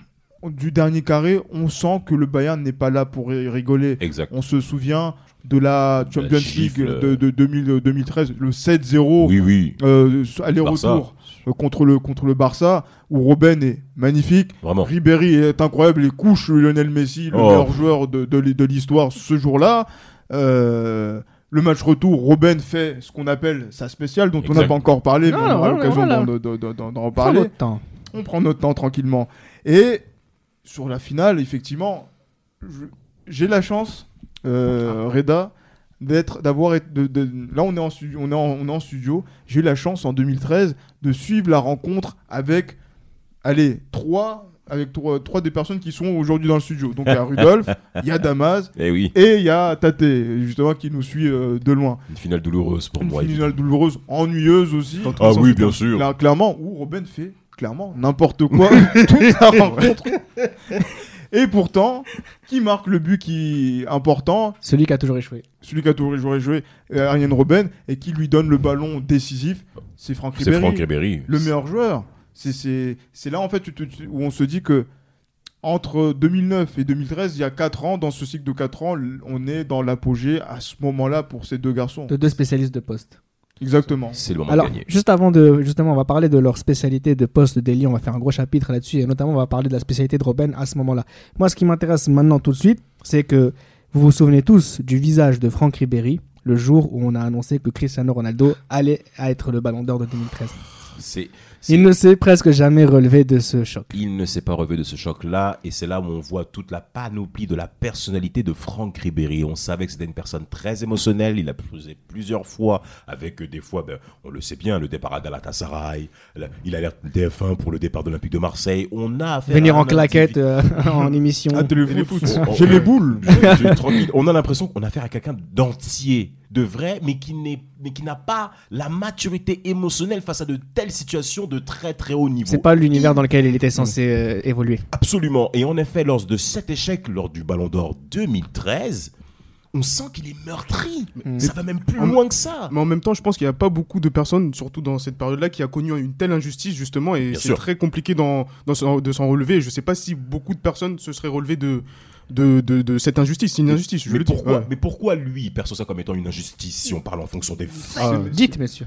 Speaker 7: du dernier carré, on sent que le Bayern n'est pas là pour ri- rigoler.
Speaker 6: Exact.
Speaker 7: On se souvient de la
Speaker 6: De la
Speaker 7: Champions League
Speaker 6: gifle.
Speaker 7: de, de 2000, euh, 2013, le 7-0
Speaker 6: Oui, oui.
Speaker 7: euh,
Speaker 6: Barça.
Speaker 7: aller-retour euh, contre le, contre le Barça, où Robben est magnifique.
Speaker 6: Vraiment.
Speaker 7: Ribéry est incroyable, il couche Lionel Messi, le
Speaker 6: Oh.
Speaker 7: meilleur joueur de, de l'hi- de l'histoire ce jour-là. Euh, le match retour, Robben fait ce qu'on appelle sa spéciale, dont on n'a
Speaker 6: Exact.
Speaker 7: pas encore parlé,
Speaker 5: Non,
Speaker 7: mais on aura
Speaker 5: voilà,
Speaker 7: l'occasion
Speaker 5: voilà.
Speaker 7: d'en- d'en- d'en- d'en- d'en
Speaker 5: Prends
Speaker 7: parler.
Speaker 5: votre temps.
Speaker 7: On prend notre temps tranquillement. Et sur la finale, effectivement, je- j'ai la chance, euh, Reda, d'être, d'avoir, été- de, de- là on est en studio, on est en, on est en studio. J'ai eu la chance en 2013 de suivre la rencontre avec, allez, trois, avec trois, trois des personnes qui sont aujourd'hui dans le studio. Donc il y a Rudolf, il y a Damas
Speaker 6: Eh oui.
Speaker 7: et il y a Tate, justement, qui nous suit euh, de loin.
Speaker 6: Une finale douloureuse pour
Speaker 7: Une
Speaker 6: moi.
Speaker 7: finale douloureuse, ennuyeuse aussi.
Speaker 8: Dans tous
Speaker 6: Ah
Speaker 8: les sens
Speaker 6: oui,
Speaker 8: du terme.
Speaker 6: bien sûr.
Speaker 7: Là, clairement, où Robin fait clairement n'importe quoi toute la rencontre. Et pourtant, qui marque le but qui est important
Speaker 5: Celui qui a toujours échoué.
Speaker 7: Celui qui a toujours joué, joué euh, Ariane Robin, et qui lui donne le ballon décisif, c'est Franck
Speaker 6: C'est
Speaker 7: Ribéry,
Speaker 6: Franck Ribéry.
Speaker 7: le meilleur joueur. C'est- C'est c'est là, en fait, tu te- tu- où on se dit que entre 2009 et 2013, il y a 4 ans, dans ce cycle de 4 ans, l- on est dans l'apogée à ce moment-là pour ces deux garçons.
Speaker 5: De deux spécialistes de poste.
Speaker 7: Exactement.
Speaker 6: C'est le moment
Speaker 5: Alors,
Speaker 6: de gagner.
Speaker 5: juste avant de, justement, on va parler de leur spécialité de poste d'élite. On va faire un gros chapitre là-dessus et notamment on va parler de la spécialité de Robben à ce moment-là. Moi, ce qui m'intéresse maintenant tout de suite, c'est que vous vous souvenez tous du visage de Franck Ribéry le jour où on a annoncé que Cristiano Ronaldo allait à être le Ballon d'Or de 2013.
Speaker 6: C'est-
Speaker 5: Il ne s'est presque jamais relevé de ce choc.
Speaker 6: Il ne s'est pas relevé de ce choc-là, et c'est là où on voit toute la panoplie de la personnalité de Franck Ribéry. On savait que c'était une personne très émotionnelle, il a posé plusieurs fois, avec euh, des fois, ben, on le sait bien, le départ à Galatasaray, la- il a l'air DF1 pour le départ de l'Olympique de Marseille. On a affaire
Speaker 5: Venir
Speaker 6: à
Speaker 5: en
Speaker 6: un
Speaker 5: claquette
Speaker 6: individu-
Speaker 5: euh, en émission.
Speaker 7: Ah, téléfoot.
Speaker 6: Oh, oh,
Speaker 7: J'ai les
Speaker 6: ouais.
Speaker 7: boules.
Speaker 6: Je- je- tranquille. On a l'impression qu'on a affaire à quelqu'un d'entier, de vrai, mais qui n'est, mais qui n'a pas la maturité émotionnelle face à de telles situations de très très haut niveau.
Speaker 5: C'est pas l'univers dans lequel il était
Speaker 6: Mm.
Speaker 5: censé euh, évoluer.
Speaker 6: Absolument. Et en effet, lors de cet échec, lors du Ballon d'Or 2013, on sent qu'il est meurtri.
Speaker 5: Mm.
Speaker 6: Ça va même plus
Speaker 8: En-
Speaker 6: loin que ça.
Speaker 7: Mm.
Speaker 8: Mais en même temps, je pense qu'il n'y a pas beaucoup de personnes, surtout dans cette période-là, qui a connu une telle injustice, justement, et
Speaker 6: Bien
Speaker 8: c'est
Speaker 6: sûr.
Speaker 8: très compliqué d'en- d'en s'en- de s'en relever. Je ne sais pas si beaucoup de personnes se seraient relevées de, de, de- de cette injustice. C'est une injustice, je
Speaker 6: mais,
Speaker 8: le dis.
Speaker 6: pourquoi,
Speaker 8: Ouais.
Speaker 6: mais pourquoi lui il perçoit ça comme étant une injustice si on parle en fonction des faits
Speaker 8: Ah,
Speaker 5: Dites, messieurs.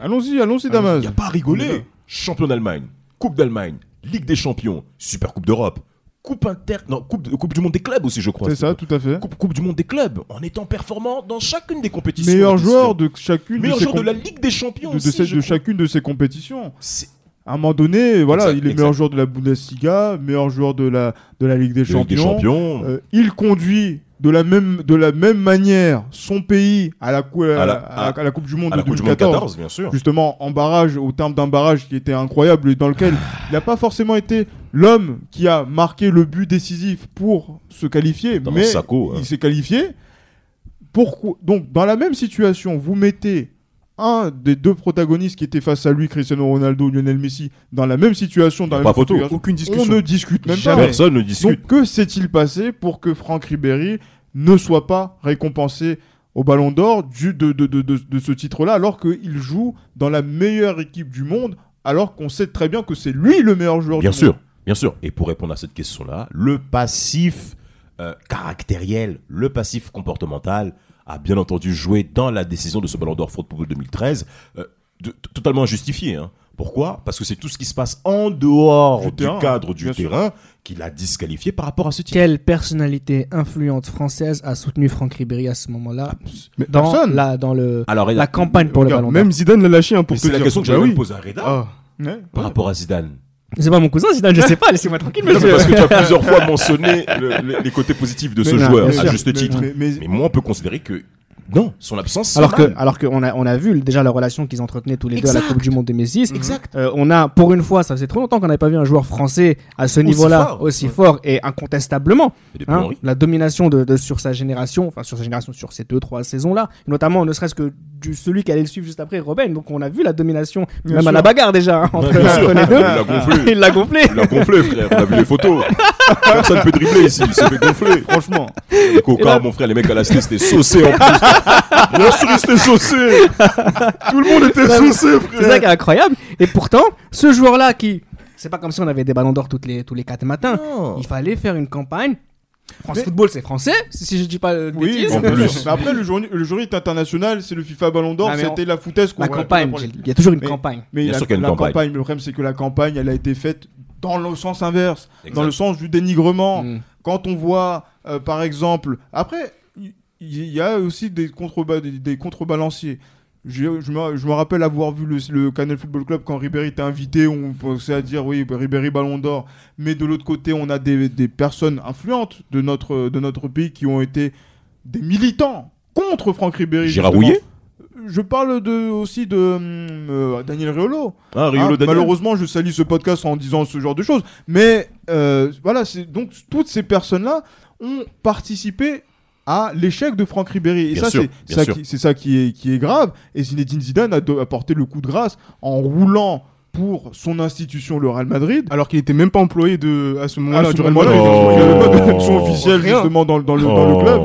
Speaker 7: Allons-y, allons-y,
Speaker 6: Il
Speaker 7: Damas.
Speaker 6: n'y Ah, a pas à
Speaker 7: On est
Speaker 6: rigoler.
Speaker 7: là.
Speaker 6: Champion d'Allemagne, Coupe d'Allemagne, Ligue des Champions, Super Coupe d'Europe, Coupe Inter, non, coupe, coupe du Monde des clubs aussi, je crois.
Speaker 7: C'est ça, tout à fait.
Speaker 6: Coupe, coupe du Monde des clubs, en étant performant dans chacune des compétitions.
Speaker 7: Meilleur
Speaker 6: Bien sûr.
Speaker 7: joueur de chacune
Speaker 6: meilleur
Speaker 7: de, ces
Speaker 6: joueur de
Speaker 7: com-
Speaker 6: la Ligue des Champions.
Speaker 7: de- de
Speaker 6: aussi,
Speaker 7: ces-
Speaker 6: je
Speaker 7: de
Speaker 6: crois.
Speaker 7: chacune de ses compétitions.
Speaker 6: C'est-
Speaker 7: À un moment donné, voilà,
Speaker 6: Exact,
Speaker 7: il est
Speaker 6: exact.
Speaker 7: meilleur joueur de la Bundesliga, meilleur joueur de la, de la Ligue des
Speaker 6: de Ligue des
Speaker 7: Champions.
Speaker 6: Champions.
Speaker 7: Euh, il conduit de la, même, de la même manière son pays à la, cou- à,
Speaker 6: la-
Speaker 7: la, à la- à la Coupe euh, du Monde
Speaker 6: à
Speaker 7: de
Speaker 6: la Coupe du Monde
Speaker 7: 2014.
Speaker 6: 14, bien sûr.
Speaker 7: justement en barrage, au terme d'un barrage qui était incroyable et dans lequel il n'a pas forcément été l'homme qui a marqué le but décisif pour se qualifier,
Speaker 6: Dans
Speaker 7: mais
Speaker 6: Sacco, hein.
Speaker 7: il s'est qualifié. Pourquoi Donc dans la même situation, vous mettez un des deux protagonistes qui était face à lui, Cristiano Ronaldo, Lionel Messi, dans la même situation, dans la
Speaker 6: Pas
Speaker 7: même
Speaker 6: photo.
Speaker 7: configuration,
Speaker 8: Aucune
Speaker 7: on
Speaker 8: discussion.
Speaker 7: ne discute même
Speaker 8: Jamais.
Speaker 7: pas.
Speaker 6: Personne ne discute.
Speaker 7: Donc que s'est-il passé pour que Franck Ribéry ne soit pas récompensé au Ballon d'Or du- de, de, de, de, de ce titre-là, alors qu'il joue dans la meilleure équipe du monde, alors qu'on sait très bien que c'est lui le meilleur joueur
Speaker 6: bien
Speaker 7: du
Speaker 6: sûr,
Speaker 7: monde
Speaker 6: bien sûr. Et pour répondre à cette question-là, le passif euh, caractériel, le passif comportemental a bien entendu joué dans la décision de ce Ballon d'Or Football 2013, euh, de- t- totalement injustifié. hein. Pourquoi Parce que c'est tout ce qui se passe en dehors
Speaker 7: Du
Speaker 6: du,
Speaker 7: terrain,
Speaker 6: cadre du
Speaker 7: bien sûr.
Speaker 6: terrain qui l'a disqualifié par rapport à ce titre.
Speaker 5: Quelle personnalité influente française a soutenu Franck Ribéry à ce moment-là
Speaker 7: Mais
Speaker 5: dans,
Speaker 7: personne.
Speaker 5: la, dans le,
Speaker 6: Alors, Reda,
Speaker 5: la campagne pour le
Speaker 8: Regarde,
Speaker 5: ballon d'or
Speaker 8: même Zidane l'a lâché hein, pour
Speaker 6: mais
Speaker 8: te
Speaker 6: c'est la
Speaker 8: dire.
Speaker 6: question que
Speaker 8: Bah
Speaker 6: j'avais
Speaker 8: oui.
Speaker 6: posé à Reda
Speaker 8: Ah.
Speaker 7: Ouais.
Speaker 6: par rapport à Zidane.
Speaker 5: C'est pas mon cousin, Zidane, je sais pas, laissez-moi tranquille,
Speaker 6: Non, mais
Speaker 5: monsieur.
Speaker 6: parce que tu as plusieurs fois mentionné le- le- les côtés positifs de ce
Speaker 5: Mais non,
Speaker 6: joueur,
Speaker 5: bien
Speaker 6: à
Speaker 5: sûr.
Speaker 6: juste titre.
Speaker 7: Mais, mais-
Speaker 6: Mais moi, on peut considérer que non, son absence. c'est
Speaker 5: Alors que,
Speaker 6: mal.
Speaker 5: alors que on a, on a vu déjà la relation qu'ils entretenaient tous les deux à la
Speaker 6: Exact. Mhm.
Speaker 5: Coupe du Monde 2006.
Speaker 6: Exact.
Speaker 5: Euh, on a, pour une fois, ça faisait trop longtemps qu'on n'avait pas vu un joueur français à ce
Speaker 6: Aussi
Speaker 5: niveau-là
Speaker 6: fort.
Speaker 5: aussi
Speaker 6: Ouais.
Speaker 5: fort et incontestablement.
Speaker 6: Et depuis
Speaker 5: hein,
Speaker 6: Henry.
Speaker 5: la domination de, de- sur sa génération, enfin sur sa génération, sur ces deux trois saisons là, notamment ne serait-ce que du celui qui allait le suivre juste après, Robin. Donc on a vu la domination,
Speaker 7: Bien
Speaker 5: même
Speaker 7: sûr.
Speaker 5: à la bagarre déjà hein, entre,
Speaker 6: Ouais, bien sûr.
Speaker 5: entre les
Speaker 6: Il
Speaker 5: deux.
Speaker 6: l'a gonflé.
Speaker 5: Ah, Il l'a gonflé.
Speaker 6: Il l'a gonflé, frère. On a vu les photos. Personne ne peut dribbler ici. Il s'est fait gonfler.
Speaker 7: Franchement,
Speaker 6: Le coca,
Speaker 5: Et là-
Speaker 6: mon frère, les mecs à la cité, c'était saucé en plus. Bien sûr, ils étaient saucés. Tout le monde était saucé, frère.
Speaker 5: C'est ça qui est incroyable. Et pourtant, ce joueur-là qui. C'est pas comme si on avait des ballons d'or toutes les, tous les 4 matins. Il fallait faire une campagne. France
Speaker 7: Mais-
Speaker 5: Football, c'est français, si si je dis pas de
Speaker 7: oui,
Speaker 5: bêtises.
Speaker 7: en
Speaker 6: En
Speaker 7: plus.
Speaker 6: plus.
Speaker 7: Mais après, le jour, le jury est international, c'est le FIFA Ballon d'Or,
Speaker 5: Non, mais on-
Speaker 7: c'était la foutaise qu'on
Speaker 5: La
Speaker 7: ouais,
Speaker 5: campagne,
Speaker 7: qu'on a pour les-
Speaker 5: il y a toujours une
Speaker 7: Mais-
Speaker 5: campagne.
Speaker 7: Mais
Speaker 6: Bien
Speaker 7: la,
Speaker 6: sûr qu'il y a une
Speaker 7: la
Speaker 6: campagne.
Speaker 7: campagne, le problème c'est que la campagne, elle a été faite dans le sens inverse,
Speaker 6: Exact.
Speaker 7: dans le sens du dénigrement.
Speaker 5: Mm.
Speaker 7: Quand on voit, euh, par exemple, après, il il y, a aussi des, contreba- des, des contrebalanciers. Je, je me, je me rappelle avoir vu le, le Canal Football Club quand Ribéry était invité, on pensait à dire oui, Ribéry Ballon d'Or, mais de l'autre côté, on a des, des personnes influentes de notre, de notre pays qui ont été des militants contre Franck Ribéry.
Speaker 6: Gérard
Speaker 7: justement.
Speaker 6: Rouillet
Speaker 7: Je parle de, aussi de hum, euh, Daniel Riolo.
Speaker 6: Ah, Riolo
Speaker 7: Hein,
Speaker 6: Daniel.
Speaker 7: Malheureusement, je salis ce podcast en disant ce genre de choses. Mais euh, voilà, c'est donc toutes ces personnes-là ont participé à l'échec de Franck Ribéry. Et
Speaker 6: Bien
Speaker 7: ça,
Speaker 6: sûr,
Speaker 7: c'est
Speaker 6: bien
Speaker 7: ça,
Speaker 6: sûr.
Speaker 7: qui, c'est ça qui, est, qui est grave. Et Zinedine Zidane a, do- a porté le coup de grâce en roulant pour son institution, le Real Madrid.
Speaker 8: Alors qu'il n'était même pas employé de, à ce
Speaker 7: À
Speaker 8: moment-là
Speaker 7: ce
Speaker 8: du Real
Speaker 7: moment-là,
Speaker 8: Madrid.
Speaker 6: Oh.
Speaker 7: il n'avait pas de
Speaker 6: Oh.
Speaker 7: fonction officielle
Speaker 8: Rien.
Speaker 7: justement dans, le- dans le, dans le club.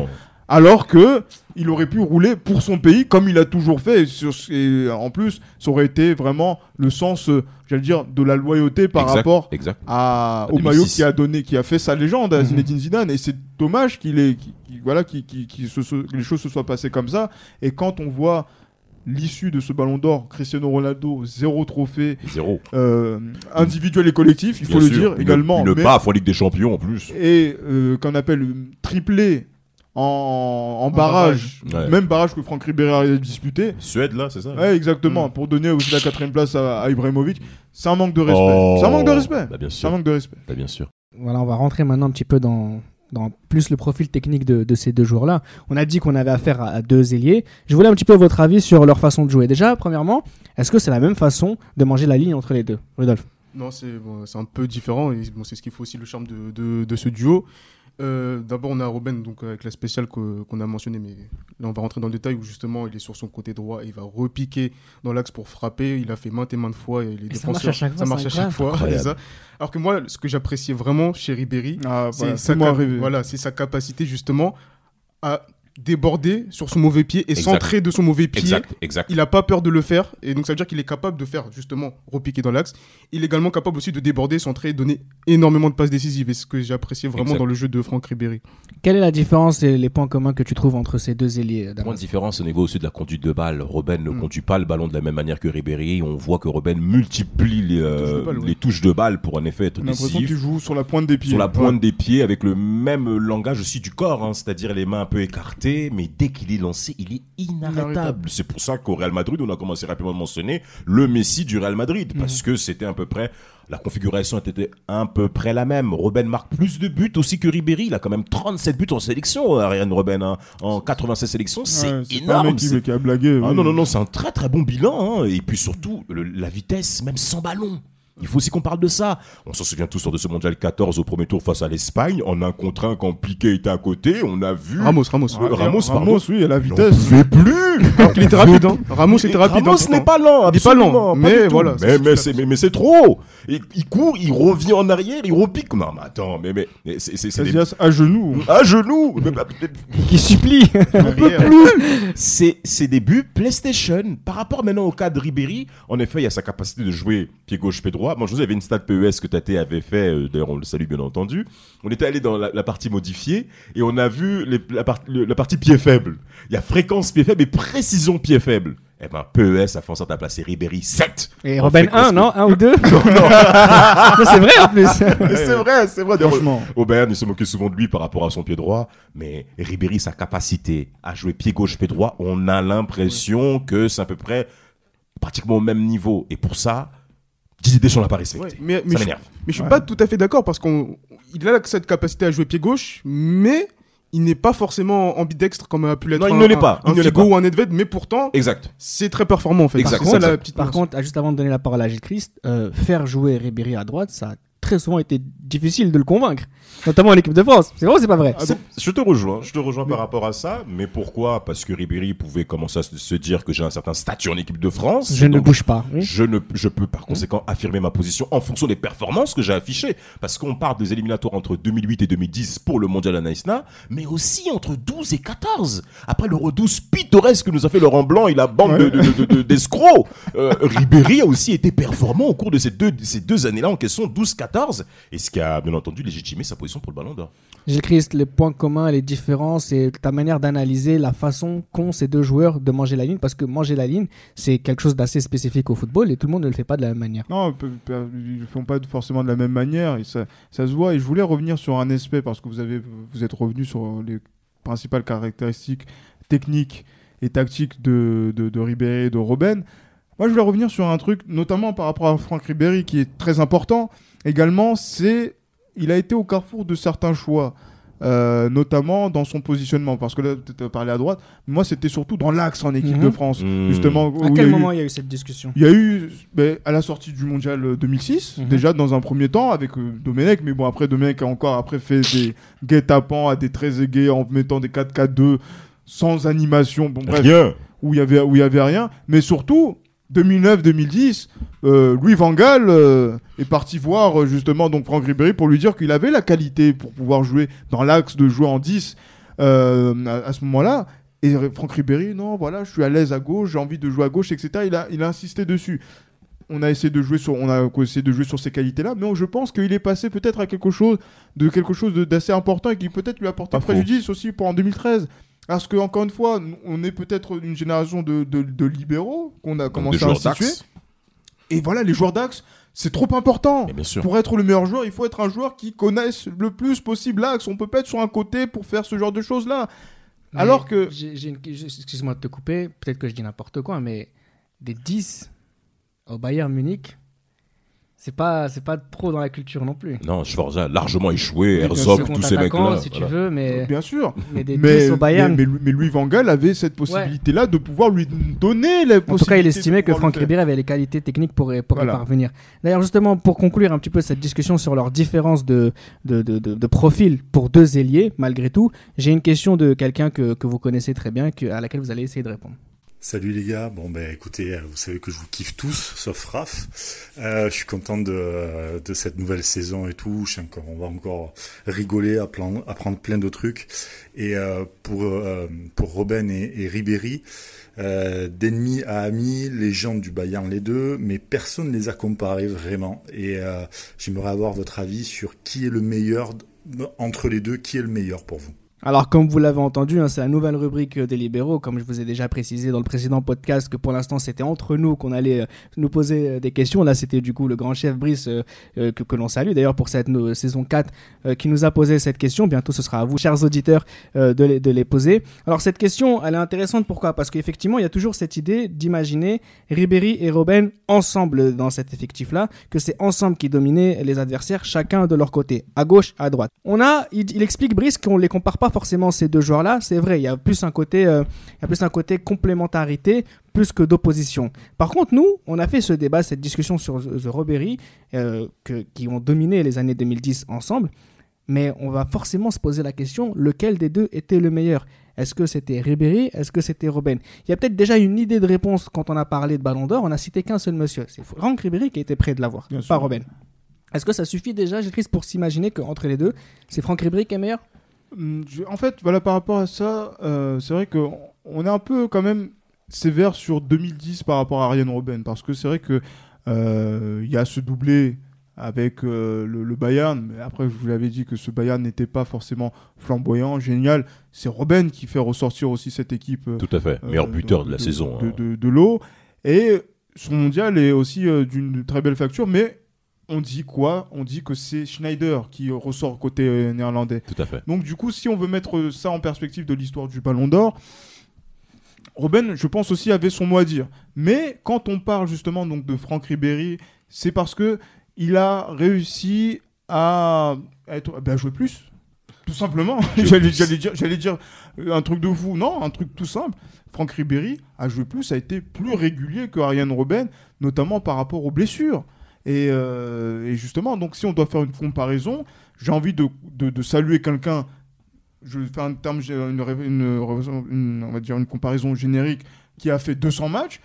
Speaker 7: Alors que il aurait pu rouler pour son pays comme il a toujours fait. Et, sur- et en plus, ça aurait été vraiment le sens, euh, j'allais dire, de la loyauté par
Speaker 6: Exact,
Speaker 7: rapport
Speaker 6: Exact.
Speaker 7: à,
Speaker 6: À
Speaker 7: au
Speaker 6: 2006.
Speaker 7: maillot qui a donné, qui a fait sa légende à
Speaker 5: Mhm.
Speaker 7: Zinedine Zidane. Et c'est dommage qu'il ait, qu'il- qu'il- voilà, qu'il- qu'il- qu'il se- se- que les choses se soient passées comme ça. Et quand on voit l'issue de ce Ballon d'Or, Cristiano Ronaldo zéro trophée
Speaker 6: Zéro.
Speaker 7: euh, individuel et collectif, il
Speaker 6: Bien
Speaker 7: faut le
Speaker 6: sûr.
Speaker 7: dire
Speaker 6: Il
Speaker 7: également.
Speaker 6: Il le
Speaker 7: mais-
Speaker 6: baf en Ligue des Champions en plus.
Speaker 7: et euh, qu'on appelle euh, triplé en, en barrage,
Speaker 6: barrage. Ouais.
Speaker 7: même barrage que Franck Ribéry a disputé.
Speaker 6: Suède, là, c'est ça
Speaker 7: Ouais,
Speaker 6: Mm.
Speaker 7: exactement, pour donner aussi la quatrième place à, à Ibrahimovic. C'est un manque de respect.
Speaker 6: Oh.
Speaker 7: C'est un manque de respect.
Speaker 6: Bah, bien
Speaker 7: C'est un
Speaker 6: sûr.
Speaker 7: manque de respect.
Speaker 6: Bah, bien sûr.
Speaker 5: Voilà, on va rentrer maintenant un petit peu dans, dans plus le profil technique de, de ces deux joueurs-là. On a dit qu'on avait affaire à, à deux ailiers. Je voulais un petit peu votre avis sur leur façon de jouer. Déjà, premièrement, est-ce que c'est la même façon de manger la ligne entre les deux Rudolf
Speaker 8: Non, c'est bon, c'est un peu différent et bon, c'est ce qui fait aussi le charme de, de- de ce duo. Euh, D'abord, on a Robin donc, avec la spéciale que- qu'on a mentionnée, mais là, on va rentrer dans le détail où justement il est sur son côté droit et il va repiquer dans l'axe pour frapper. Il a fait maintes et maintes fois et les
Speaker 5: ça marche
Speaker 8: défenseurs.
Speaker 5: à chaque fois,
Speaker 8: ça
Speaker 5: c'est
Speaker 8: marche à chaque
Speaker 5: incroyable.
Speaker 8: fois,
Speaker 6: Incroyable.
Speaker 8: c'est ça. Alors que moi, ce que j'appréciais vraiment chez Ribéry,
Speaker 7: Ah,
Speaker 8: c'est
Speaker 7: voilà,
Speaker 8: sa,
Speaker 7: fais-moi
Speaker 8: cap-
Speaker 7: rêver.
Speaker 8: voilà, c'est sa capacité justement à déborder sur son mauvais pied et
Speaker 6: Exact.
Speaker 8: centrer de son mauvais pied.
Speaker 6: Exact, exact.
Speaker 8: Il n'a pas peur de le faire, et donc ça veut dire qu'il est capable de faire justement repiquer dans l'axe. Il est également capable aussi de déborder, centrer et donner énormément de passes décisives, et ce que j'appréciais vraiment
Speaker 6: Exact.
Speaker 8: dans le jeu de Franck Ribéry.
Speaker 5: Quelle est la différence et les points communs que tu trouves entre ces deux ailiers Damas
Speaker 6: Grande différence au niveau aussi de la conduite de balle. Robben ne
Speaker 8: Mm.
Speaker 6: conduit pas le ballon de la même manière que Ribéry. On voit que Robben multiplie les, euh,
Speaker 8: touches de balle, ouais.
Speaker 6: les touches de balle pour en effet être
Speaker 7: On a l'impression que
Speaker 6: décisif.
Speaker 7: tu joues sur la pointe des pieds.
Speaker 6: sur la pointe des pieds avec le même langage aussi du corps, hein, c'est-à-dire les mains un peu écartées, mais dès qu'il est lancé, il est inarrêtable.
Speaker 8: Inarrêtable.
Speaker 6: C'est pour ça qu'au Real Madrid, on a commencé rapidement à mentionner le Messi du Real
Speaker 7: Mm.
Speaker 6: Madrid, parce que c'était à peu près, la configuration était à peu près la même. Robben marque plus de buts aussi que Ribéry, il a quand même 37 buts en sélection, Ariane Robben, hein. en 96 sélections, c'est
Speaker 7: Ouais, pas un
Speaker 6: énorme.
Speaker 7: mec qui,
Speaker 6: c'est-
Speaker 7: qui a blagué.
Speaker 6: ah
Speaker 7: oui.
Speaker 6: non, non, non, c'est un très très bon bilan. hein. Et puis surtout, le- la vitesse, même sans ballon. Il faut aussi qu'on parle de ça. On s'en souvient tous lors de ce mondial 14 au premier tour face à l'Espagne. En un contre un, quand Piqué était à côté, on a vu.
Speaker 8: Ramos, Ramos.
Speaker 6: Ah, Ramos,
Speaker 7: Ramos,
Speaker 6: pardon.
Speaker 7: oui, à la
Speaker 6: Il en
Speaker 7: vitesse.
Speaker 6: pouvait plus
Speaker 8: Alors qu'il était rapide, hein. Ramos était rapide.
Speaker 6: Ramos
Speaker 8: hein,
Speaker 6: n'est
Speaker 8: pourtant.
Speaker 6: pas lent,
Speaker 8: Il est pas lent,
Speaker 6: absolument,
Speaker 8: mais
Speaker 6: du tout.
Speaker 8: voilà,
Speaker 6: Mais,
Speaker 8: c'est-
Speaker 6: mais
Speaker 8: c'est-
Speaker 6: c'est mais- mais c'est trop il, il court, il revient en arrière, il repique. Non, mais attends, mais, mais, mais c'est- c'est c'est des-
Speaker 7: Casillas à genoux.
Speaker 6: à genoux Mais- mais-
Speaker 5: Qui supplie
Speaker 6: c'est c'est des buts PlayStation. Par rapport maintenant au cas de Ribéry, en effet, il y a sa capacité de jouer pied gauche, pied droit. Moi, je vous avais une stat PES que Tate avait fait, euh, d'ailleurs, on le salue bien entendu. On était allé dans la, la partie modifiée et on a vu les- la, part- le- la partie pied faible. Il y a fréquence pied faible et précision pied faible. Eh ben, PES a fait en sorte à placer Ribéry 7.
Speaker 5: Et
Speaker 6: En
Speaker 5: Robin
Speaker 6: fréquence
Speaker 5: 1, non 1 ou 2 C'est vrai en plus
Speaker 6: Mais c'est vrai, c'est vrai. D'ailleurs,
Speaker 7: Franchement.
Speaker 6: Aubert, il se moquait souvent de lui par rapport à son pied droit, mais Ribéry, sa capacité à jouer pied gauche, pied droit, on a l'impression que c'est à peu près pratiquement au même niveau. Et pour ça, Didier Deschamps l'a pas
Speaker 8: Ouais,
Speaker 6: respecté.
Speaker 8: mais, mais
Speaker 6: ça
Speaker 8: je,
Speaker 6: m'énerve.
Speaker 8: mais je suis pas tout à fait d'accord parce qu'il a cette capacité à jouer pied gauche, mais il n'est pas forcément ambidextre comme a pu l'être
Speaker 6: Non, il
Speaker 8: un,
Speaker 6: ne l'est pas,
Speaker 8: un,
Speaker 6: il ne l'est
Speaker 8: Figo
Speaker 6: pas.
Speaker 8: ou un Nedved, mais pourtant
Speaker 6: Exact.
Speaker 8: c'est très performant en fait.
Speaker 6: Exact,
Speaker 8: C'est ça,
Speaker 6: exact.
Speaker 8: la petite
Speaker 5: Par
Speaker 8: nuance.
Speaker 5: contre, ah, juste avant de donner la parole à Gilles Christ, euh, faire jouer Ribéry à droite, ça a très souvent été difficile de le convaincre, notamment à l'équipe de France. C'est vrai ou c'est pas vrai
Speaker 6: C'est- Je te rejoins, je te rejoins par rapport à ça, mais pourquoi Parce que Ribéry pouvait commencer à se- se dire que j'ai un certain statut en équipe de France.
Speaker 5: Je ne
Speaker 6: donc
Speaker 5: bouge pas. oui.
Speaker 6: Je, ne, je peux par conséquent affirmer ma position en fonction des performances que j'ai affichées. Parce qu'on parle des éliminatoires entre 2008 et 2010 pour le mondial à Naïsna, mais aussi entre 12 et 14. Après l'Euro 12 pittoresque que nous a fait Laurent Blanc et la bande de- de- de- de- d'escrocs, euh, Ribéry a aussi été performant au cours de ces deux, ces deux années-là en question, 12-14, et ce qui a bien entendu légitimé sa position pour le ballon d'or.
Speaker 5: Gilles Christ, les points communs, les différences et ta manière d'analyser la façon qu'ont ces deux joueurs de manger la ligne, parce que manger la ligne, c'est quelque chose d'assez spécifique au football et tout le monde ne le fait pas de la même manière.
Speaker 7: Non, pe- pe- ils ne font pas forcément de la même manière, et ça, ça se voit. Et je voulais revenir sur un aspect, parce que vous, avez, vous êtes revenu sur les principales caractéristiques techniques et tactiques de, de, de Ribéry et de Robben. Moi, je voulais revenir sur un truc, notamment par rapport à Franck Ribéry, qui est très important. Également, c'est il a été au carrefour de certains choix, euh, notamment dans son positionnement, parce que là, tu as parlé à droite. Moi, c'était surtout dans l'axe en équipe
Speaker 5: Mhm.
Speaker 7: de France,
Speaker 6: Mhm.
Speaker 7: justement.
Speaker 5: À
Speaker 7: où il y a
Speaker 5: quel
Speaker 7: eu-
Speaker 5: moment il y a eu cette discussion
Speaker 7: il y a eu, ben, à la sortie du mondial euh, 2006,
Speaker 5: Mhm.
Speaker 7: déjà dans un premier temps avec euh, Domenech, mais bon, après Domenech a encore après fait des guet-apens à des très aigués en mettant des 4-4-2 sans animation, bon, bref,
Speaker 6: Rien
Speaker 7: où il y avait, où il y avait rien. Mais surtout, 2009-2010, euh, Louis Van Gaal euh, est parti voir euh, justement donc Franck Ribéry pour lui dire qu'il avait la qualité pour pouvoir jouer dans l'axe de jouer en 10 euh, à, à ce moment-là. Et R- Franck Ribéry, non, voilà, je suis à l'aise à gauche, j'ai envie de jouer à gauche, etc. Il a, il a insisté dessus. On a essayé de jouer sur, on a essayé de jouer sur ces qualités-là, mais je pense qu'il est passé peut-être à quelque chose de quelque chose de- d'assez important et qui peut-être lui a porté
Speaker 6: Pas faux.
Speaker 7: préjudice aussi pour en 2013. Parce que encore une fois, on est peut-être une génération de, de- de libéraux qu'on a
Speaker 6: Donc, des
Speaker 7: commencé à
Speaker 6: joueurs
Speaker 7: instituer.
Speaker 6: d'axe.
Speaker 7: Et voilà, les joueurs d'axe, c'est trop important.
Speaker 6: Mais bien sûr.
Speaker 7: Pour être le meilleur joueur, il faut être un joueur qui connaisse le plus possible l'axe. On peut pas être sur un côté pour faire ce genre de choses-là. Alors que-
Speaker 5: J'ai- j'ai une- j'ai- Excuse-moi de te couper, peut-être que je dis n'importe quoi, mais des 10 au Bayern Munich, c'est pas, c'est pas trop dans la culture non plus.
Speaker 6: Non, Schwarza a largement échoué,
Speaker 5: Oui, bien sûr,
Speaker 6: Herzog, tous
Speaker 5: contre
Speaker 6: ces
Speaker 5: attaquant,
Speaker 6: mecs-là.
Speaker 5: Si tu
Speaker 6: voilà.
Speaker 5: veux, mais,
Speaker 7: Euh, Bien sûr.
Speaker 5: mais des 10
Speaker 7: Mais,
Speaker 5: au Bayern.
Speaker 7: mais, mais- mais Louis Van Gaal avait cette possibilité-là de pouvoir lui donner la possibilité.
Speaker 5: En tout cas, il
Speaker 7: de
Speaker 5: estimait que
Speaker 7: pouvoir le
Speaker 5: Franck
Speaker 7: faire.
Speaker 5: Ribéry avait les qualités techniques pour, pour
Speaker 7: Voilà.
Speaker 5: y parvenir. D'ailleurs, justement, pour conclure un petit peu cette discussion sur leurs différences de, de, de- de- de profil pour deux ailiers, malgré tout, j'ai une question de quelqu'un que, que vous connaissez très bien, que- à laquelle vous allez essayer de répondre.
Speaker 3: Salut les gars, bon ben écoutez, euh, vous savez que je vous kiffe tous, sauf Raph. Euh, je suis content de, de cette nouvelle saison et tout. Je sais encore, on va encore rigoler, appren- apprendre plein de trucs. Et euh, pour euh, pour Robin et, et Ribéry, euh, d'ennemis à amis, les gens du Bayern les deux, mais personne ne les a comparés vraiment. Et euh, j'aimerais avoir votre avis sur qui est le meilleur d- entre les deux, qui est le meilleur pour vous.
Speaker 5: Alors, comme vous l'avez entendu, hein, c'est la nouvelle rubrique euh, des libéraux. Comme je vous ai déjà précisé dans le précédent podcast que pour l'instant c'était entre nous qu'on allait euh, nous poser euh, des questions. Là, c'était du coup le grand chef Brice euh, euh, que, que l'on salue d'ailleurs pour cette euh, saison 4 euh, qui nous a posé cette question. Bientôt, ce sera à vous, chers auditeurs, euh, de, les, de les poser. Alors, cette question, elle est intéressante. Pourquoi Parce qu'effectivement, il y a toujours cette idée d'imaginer Ribéry et Robben ensemble dans cet effectif-là, que c'est ensemble qui dominaient les adversaires, chacun de leur côté, à gauche, à droite. On a, il, il explique Brice qu'on les compare pas forcément ces deux joueurs-là, c'est vrai, il y a plus un côté, euh, il y a plus un côté complémentarité plus que d'opposition. Par contre, nous, on a fait ce débat, cette discussion sur The Robbery, euh, que- qui ont dominé les années 2010 ensemble, mais on va forcément se poser la question, lequel des deux était le meilleur est-ce que c'était Ribéry Est-ce que c'était Robben Il y a peut-être déjà une idée de réponse quand on a parlé de Ballon d'Or. On a cité qu'un seul monsieur. C'est Franck Ribéry qui était près de l'avoir,
Speaker 7: Bien
Speaker 5: pas
Speaker 7: sûr.
Speaker 5: Robben. Est-ce que ça suffit déjà, Gilles, pour s'imaginer qu'entre les deux, c'est Franck Ribéry qui est meilleur
Speaker 7: Hum, je- En fait, voilà, par rapport à ça, euh, c'est vrai qu'on on est un peu quand même sévère sur 2010 par rapport à Ariane Robben, parce que c'est vrai que euh, il y a ce doublé avec euh, le, le Bayern, mais après je vous l'avais dit que ce Bayern n'était pas forcément flamboyant, génial. C'est Robben qui fait ressortir aussi cette équipe euh,
Speaker 6: Tout à fait.
Speaker 7: euh,
Speaker 6: Meilleur buteur de, la
Speaker 7: de-
Speaker 6: saison.
Speaker 7: De,
Speaker 6: hein.
Speaker 7: de- de l'eau. Et son mondial est aussi euh, d'une très belle facture, mais on dit quoi On dit que c'est Schneider qui ressort côté euh, néerlandais.
Speaker 6: Tout à fait.
Speaker 7: Donc du coup, si on veut mettre euh, ça en perspective de l'histoire du Ballon d'Or, Robben, je pense aussi avait son mot à dire. Mais quand on parle justement donc de Franck Ribéry, c'est parce que il a réussi à, être, ben, à jouer plus. Tout simplement. J'allais j'allais dire, j'allais dire euh, un truc de fou. Non, un truc tout simple. Franck Ribéry a joué plus, a été plus régulier que Ariane Robben, notamment par rapport aux blessures. Et, euh, et justement, donc si on doit faire une comparaison, j'ai envie de, de- de saluer quelqu'un. Je vais faire un terme, j'ai une, ré- une ré- une- on va dire une comparaison générique qui a fait 200 matchs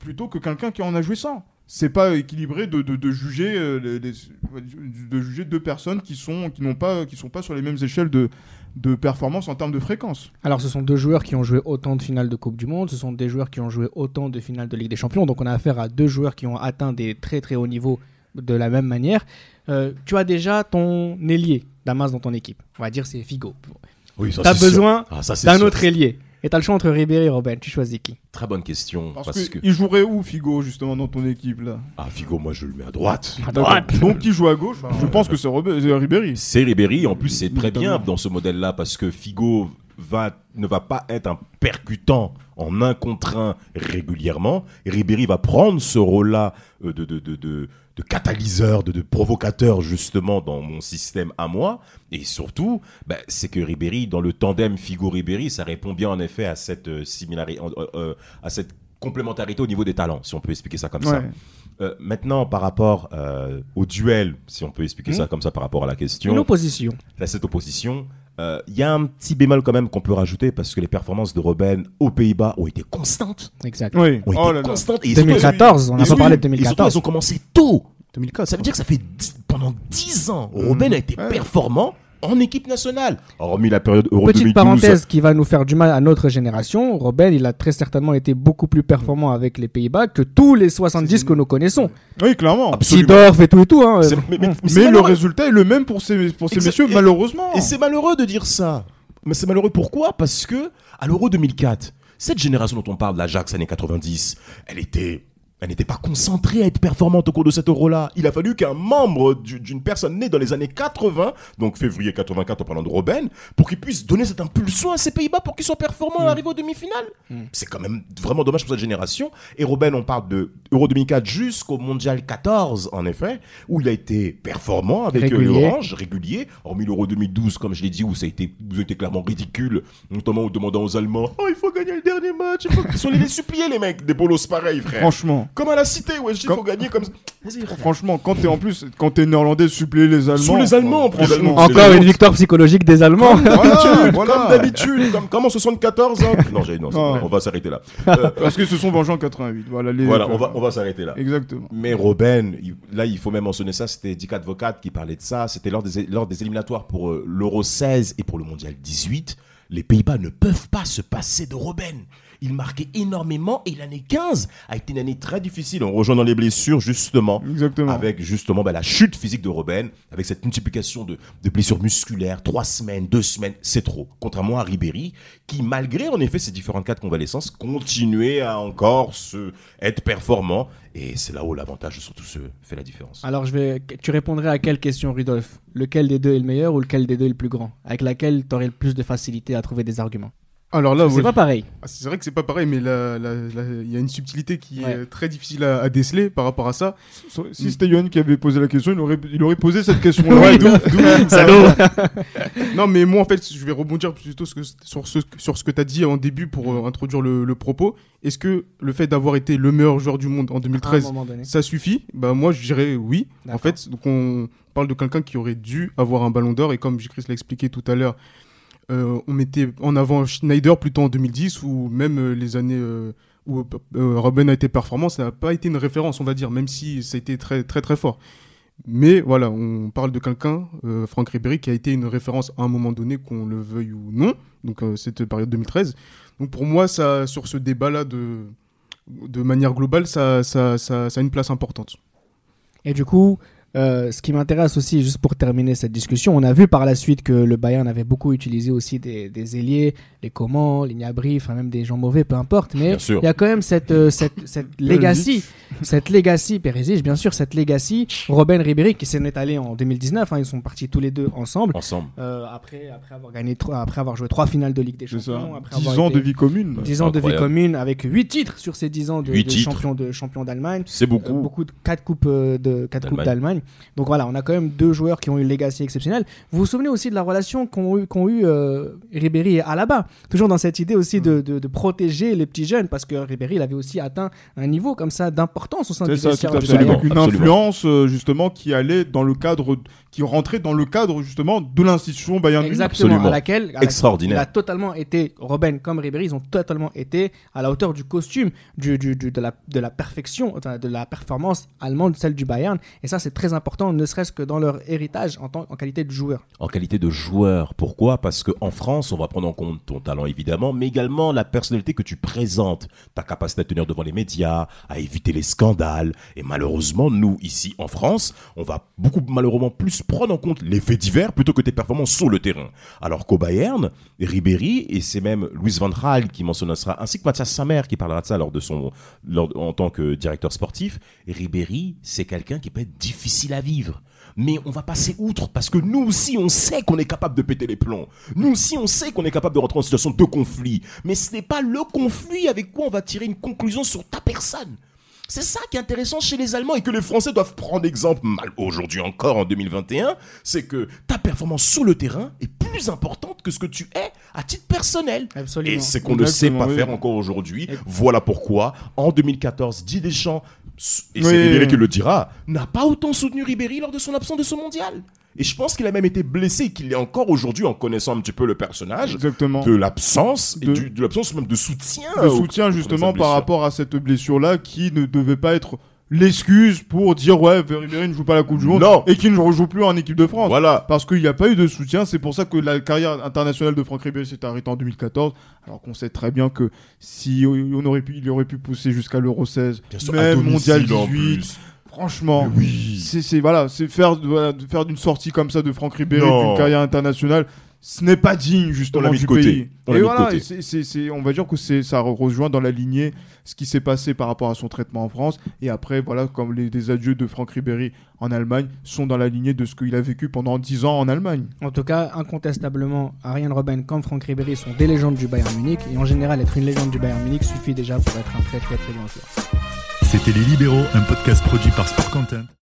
Speaker 7: plutôt que quelqu'un qui en a joué 100. C'est pas équilibré de, de- de juger euh, les- les- de juger deux personnes qui sont qui n'ont pas qui sont pas sur les mêmes échelles de de performance en termes de fréquence.
Speaker 5: Alors, ce sont deux joueurs qui ont joué autant de finales de Coupe du Monde, ce sont des joueurs qui ont joué autant de finales de Ligue des Champions. Donc, on a affaire à deux joueurs qui ont atteint des très très hauts niveaux de la même manière. Euh, tu as déjà ton ailier d'Amas dans ton équipe. On va dire c'est Figo.
Speaker 6: Oui, ça,
Speaker 5: T'as
Speaker 6: c'est sûr.
Speaker 5: besoin
Speaker 6: Ah, ça, c'est
Speaker 5: d'un
Speaker 6: sûr.
Speaker 5: autre ailier. Et t'as le choix entre Ribéry et Robben. Tu choisis qui
Speaker 6: Très bonne question.
Speaker 7: Parce,
Speaker 6: Parce,
Speaker 7: que,
Speaker 6: que...
Speaker 7: il jouerait où Figo justement dans ton équipe là
Speaker 6: Ah, Figo, moi, je le mets à droite.
Speaker 7: Donc il joue à gauche.
Speaker 6: Bah,
Speaker 7: Je pense que c'est Robe- c'est Ribéry.
Speaker 6: C'est Ribéry, en plus c'est très
Speaker 7: Notamment.
Speaker 6: bien dans ce modèle-là parce que Figo va, ne va pas être un percutant en un contre un régulièrement. Et Ribéry va prendre ce rôle-là euh, de, de, de, de- de catalyseur, de, de provocateur justement dans mon système à moi. Et surtout, bah, c'est que Ribéry, dans le tandem Figo-Ribéry, ça répond bien en effet à cette, euh, similarité, euh, à cette complémentarité au niveau des talents, si on peut expliquer ça comme ça.
Speaker 7: Ouais.
Speaker 6: Euh, maintenant, par rapport euh, au duel, si on peut expliquer
Speaker 7: Mmh.
Speaker 5: Mhm.
Speaker 6: ça comme ça par rapport à la question
Speaker 5: Une opposition.
Speaker 6: à cette opposition. Euh, Il y a un petit bémol quand même qu'on peut rajouter parce que les performances de Robben aux Pays-Bas ont été constantes.
Speaker 5: Exact.
Speaker 7: Oui.
Speaker 6: Ont été
Speaker 7: Oh là là.
Speaker 6: constantes. Et surtout,
Speaker 5: 2014, on n'a
Speaker 6: ils
Speaker 5: pas
Speaker 6: ont-
Speaker 5: parlé de
Speaker 6: et surtout,
Speaker 5: 2014.
Speaker 6: elles ont commencé tôt.
Speaker 8: 2004.
Speaker 6: Ça veut dire que ça fait dix- pendant 10 ans,
Speaker 5: Mmh.
Speaker 6: Robben a été
Speaker 7: Ouais.
Speaker 6: performant en équipe nationale. Hormis la période Euro
Speaker 5: Petite
Speaker 6: 2012.
Speaker 5: parenthèse qui va nous faire du mal à notre génération. Robben, il a très certainement été beaucoup plus performant avec les Pays-Bas que tous les 70 que nous connaissons.
Speaker 7: Oui, clairement.
Speaker 6: Absolument.
Speaker 5: Sidorf et tout et tout. hein.
Speaker 6: C'est- mais- mais- mais c'est
Speaker 7: Mais le
Speaker 6: malheureux.
Speaker 7: résultat est le même pour ces, pour ces
Speaker 6: Exact-
Speaker 7: messieurs,
Speaker 6: et-
Speaker 7: malheureusement.
Speaker 6: Et c'est malheureux de dire ça. Mais c'est malheureux pourquoi Parce que à l'Euro 2004, cette génération dont on parle, l'Ajax années 90, elle était elle n'était pas concentrée à être performante au cours de cet euro-là. Il a fallu qu'un membre du- d'une personne née dans les années 80, donc février 84 en parlant de Robben, pour qu'il puisse donner cette impulsion à ces Pays-Bas pour qu'ils soient
Speaker 5: Mmh.
Speaker 6: performants à l'arrivée aux demi-finales. C'est quand même vraiment dommage pour cette génération. Et Robben, on parle de Euro 2004 jusqu'au Mondial 14, en effet, où il a été performant avec euh,
Speaker 5: Régulier.
Speaker 6: l'Orange échanges réguliers, hormis l'Euro 2012, comme je l'ai dit, où ça a été, vous été clairement ridicule, notamment en demandant aux Allemands Oh, il faut gagner le dernier match, il faut... Ils sont allés les supplier, les mecs, des bolos pareils, frère.
Speaker 7: Franchement. Exactement.
Speaker 9: Comme à la cité, ouais, il
Speaker 7: Comme-
Speaker 9: faut gagner comme ça. Vas-y,
Speaker 7: Franchement, quand t'es en plus, quand t'es néerlandais, suppléer les Allemands.
Speaker 9: Sous les Allemands, en plus.
Speaker 7: franchement.
Speaker 5: Encore une victoire psychologique des Allemands.
Speaker 7: Voilà,
Speaker 9: Comme
Speaker 7: voilà.
Speaker 9: d'habitude, comme, comme en 74. hein. Non, j'ai, non, c'est
Speaker 7: Ah.
Speaker 9: vrai, on va s'arrêter là.
Speaker 6: Euh,
Speaker 7: Parce qu'ils se sont vengés en 88. Voilà, les
Speaker 9: Voilà, on va, on va s'arrêter là.
Speaker 7: Exactement.
Speaker 9: Mais Robben, il- là, il faut même mentionner ça, c'était Dick Advocat qui parlait de ça, c'était lors des, lors des éliminatoires pour euh, l'Euro 16 et pour le Mondial 18, les Pays-Bas ne peuvent pas se passer de Robben. Il marquait énormément et l'année 15 a été une année très difficile en rejoignant les blessures, justement,
Speaker 7: Exactement.
Speaker 9: avec justement bah, la chute physique de Robben, avec cette multiplication de, de blessures musculaires, trois semaines, deux semaines, c'est trop. Contrairement à Ribéry, qui malgré en effet ces différentes cas de convalescence, continuait à encore se, être performant. Et c'est là où l'avantage surtout se fait la différence.
Speaker 5: Alors, je vais... tu répondrais à quelle question, Rudolf Lequel des deux est le meilleur ou lequel des deux est le plus grand Avec laquelle tu aurais le plus de facilité à trouver des arguments
Speaker 8: Alors là,
Speaker 5: C'est
Speaker 8: ouais,
Speaker 5: pas pareil.
Speaker 8: Ah, C'est vrai que c'est pas pareil, mais la- la- la- il y a une subtilité qui
Speaker 5: Ouais.
Speaker 8: est très difficile à, à déceler par rapport à ça.
Speaker 7: Si c'était Yohan qui avait posé la question, il aurait, il aurait posé cette question-là.
Speaker 8: Oui,
Speaker 7: Et donc,
Speaker 8: Non, mais moi, en fait, je vais rebondir plutôt ce que- sur ce, sur ce que tu as dit en début pour euh, introduire le, le propos. Est-ce que le fait d'avoir été le meilleur joueur du monde en
Speaker 5: À un
Speaker 8: 2013,
Speaker 5: moment donné.
Speaker 8: ça suffit Bah moi, je dirais oui. En
Speaker 5: D'accord.
Speaker 8: fait, donc on parle de quelqu'un qui aurait dû avoir un ballon d'or et comme Chris l'a expliqué tout à l'heure, euh, on mettait en avant Schneider plutôt en 2010 ou même euh, les années euh, où euh, Robben a été performant, ça n'a pas été une référence, on va dire, même si ça a été très très très fort. Mais voilà, on parle de quelqu'un, euh, Franck Ribéry, qui a été une référence à un moment donné, qu'on le veuille ou non, donc euh, cette période 2013. Donc pour moi, ça, sur ce débat-là, de, de manière globale, ça, ça, ça, ça a une place importante.
Speaker 5: Et du coup, euh, ce qui m'intéresse aussi, juste pour terminer cette discussion, on a vu par la suite que le Bayern avait beaucoup utilisé aussi des, des ailiers, les Coman, Lignabri, enfin même des gens mauvais, peu importe. Mais
Speaker 6: Bien sûr.
Speaker 5: il y a quand même cette, euh, cette, cette legacy, cette legacy, Perisic, bien sûr, cette legacy, Robin Ribéry qui s'en est allé en 2019, hein, ils sont partis tous les deux ensemble.
Speaker 6: Ensemble.
Speaker 5: euh, après, après, avoir gagné trois, après avoir joué trois finales de Ligue des
Speaker 7: C'est ça.
Speaker 5: Champions, après
Speaker 7: 10
Speaker 5: avoir
Speaker 7: ans
Speaker 5: été-
Speaker 7: de vie commune.
Speaker 5: 10 ans de vie
Speaker 6: Incroyable.
Speaker 5: commune avec 8 titres sur ces 10 ans de,
Speaker 6: Huit
Speaker 5: de
Speaker 6: titres.
Speaker 5: champion de champion d'Allemagne.
Speaker 6: C'est beaucoup.
Speaker 5: Euh, beaucoup de quatre coupes euh, de quatre coupes
Speaker 6: D'Allemagne.
Speaker 5: d'Allemagne. Donc voilà, on a quand même deux joueurs qui ont eu une legacy exceptionnelle. Vous vous souvenez aussi de la relation qu'ont eu, qu'ont eu euh, Ribéry et Alaba, toujours dans cette idée aussi
Speaker 7: Mmh.
Speaker 5: de, de- de protéger les petits jeunes parce que Ribéry il avait aussi atteint un niveau comme ça d'importance au sein du
Speaker 7: C'est ça,
Speaker 5: vestiaire
Speaker 7: tout à
Speaker 5: du
Speaker 7: fait.
Speaker 5: Bayern.
Speaker 7: Avec une
Speaker 6: absolument.
Speaker 7: influence, euh, justement, qui allait dans le cadre, qui rentrait dans le cadre, justement, de l'institution Bayern Munich.
Speaker 5: Exactement,
Speaker 6: Absolument.
Speaker 5: à laquelle, à laquelle
Speaker 6: Extraordinaire.
Speaker 5: il a totalement été, Robben comme Ribéry, ils ont totalement été à la hauteur du costume, du, du- du- de, la, de la perfection, enfin, de la performance allemande, celle du Bayern. Et ça, c'est très important, ne serait-ce que dans leur héritage en, tant, en qualité de joueur.
Speaker 6: en qualité de joueur. Pourquoi Parce qu'en France, on va prendre en compte ton talent évidemment, mais également la personnalité que tu présentes, ta capacité à tenir devant les médias, à éviter les scandales. Et malheureusement, nous, ici en France, on va beaucoup malheureusement plus prendre en compte les faits divers plutôt que tes performances sur le terrain. Alors qu'au Bayern, Ribéry, et c'est même Louis Van Gaal qui mentionnera ça, ainsi que Mathias Samer qui parlera de ça lors de son, lors- en tant que directeur sportif, Ribéry, c'est quelqu'un qui peut être difficile à vivre mais on va passer outre parce que nous aussi on sait qu'on est capable de péter les plombs. Nous aussi on sait qu'on est capable de rentrer en situation de conflit. Mais ce n'est pas le conflit avec quoi on va tirer une conclusion sur ta personne. C'est ça qui est intéressant chez les Allemands et que les Français doivent prendre exemple mal aujourd'hui encore en 2021, c'est que ta performance sur le terrain est plus importante que ce que tu es à titre personnel.
Speaker 5: Absolument.
Speaker 6: Et c'est qu'on ne sait
Speaker 7: Exactement,
Speaker 6: pas
Speaker 7: oui.
Speaker 6: faire encore aujourd'hui.
Speaker 5: Et-
Speaker 6: Voilà pourquoi, en 2014, Didier Deschamps, et c'est
Speaker 7: Oui.
Speaker 6: Ribéry qui le dira, n'a pas autant soutenu Ribéry lors de son absence de ce mondial. Et je pense qu'il a même été blessé et qu'il l'est encore aujourd'hui en connaissant un petit peu le personnage
Speaker 7: Exactement.
Speaker 6: de l'absence, et
Speaker 7: De-
Speaker 6: du- de l'absence même de soutien.
Speaker 7: de
Speaker 6: au-
Speaker 7: soutien justement
Speaker 6: sa blessure.
Speaker 7: par rapport à cette blessure-là qui ne devait pas être l'excuse pour dire ouais Ribéry ne joue pas la Coupe du Monde
Speaker 6: Non.
Speaker 7: et qu'il ne rejoue plus en équipe de France.
Speaker 6: Voilà.
Speaker 7: Parce qu'il n'y a pas eu de soutien, c'est pour ça que la carrière internationale de Franck Ribéry s'est arrêtée en 2014, alors qu'on sait très bien que si on aurait pu, il aurait pu pousser jusqu'à l'Euro 16,
Speaker 6: Bien sûr, à
Speaker 7: même
Speaker 6: domicile,
Speaker 7: Mondial
Speaker 6: en
Speaker 7: 18,
Speaker 6: plus.
Speaker 7: franchement, c'est c'est- voilà, c'est faire voilà, de faire d'une sortie comme ça de Franck Ribéry
Speaker 6: Non.
Speaker 7: d'une carrière internationale, ce n'est pas digne
Speaker 6: On
Speaker 7: justement
Speaker 6: Oh. l'a mis
Speaker 7: du
Speaker 6: de côté.
Speaker 7: pays.
Speaker 6: On l'a mis
Speaker 7: et
Speaker 6: de
Speaker 7: voilà,
Speaker 6: côté.
Speaker 7: et c'est- c'est- c'est- on va dire que c'est ça rejoint dans la lignée ce qui s'est passé par rapport à son traitement en France et après voilà comme les, les adieux de Franck Ribéry en Allemagne sont dans la lignée de ce qu'il a vécu pendant 10 ans en Allemagne.
Speaker 5: En tout cas, incontestablement, Ariane Robben comme Franck Ribéry sont des légendes du Bayern Munich. Et en général, être une légende du Bayern Munich suffit déjà pour être un très très très bon joueur.
Speaker 4: C'était Les Libéraux, un podcast produit par Sport Content.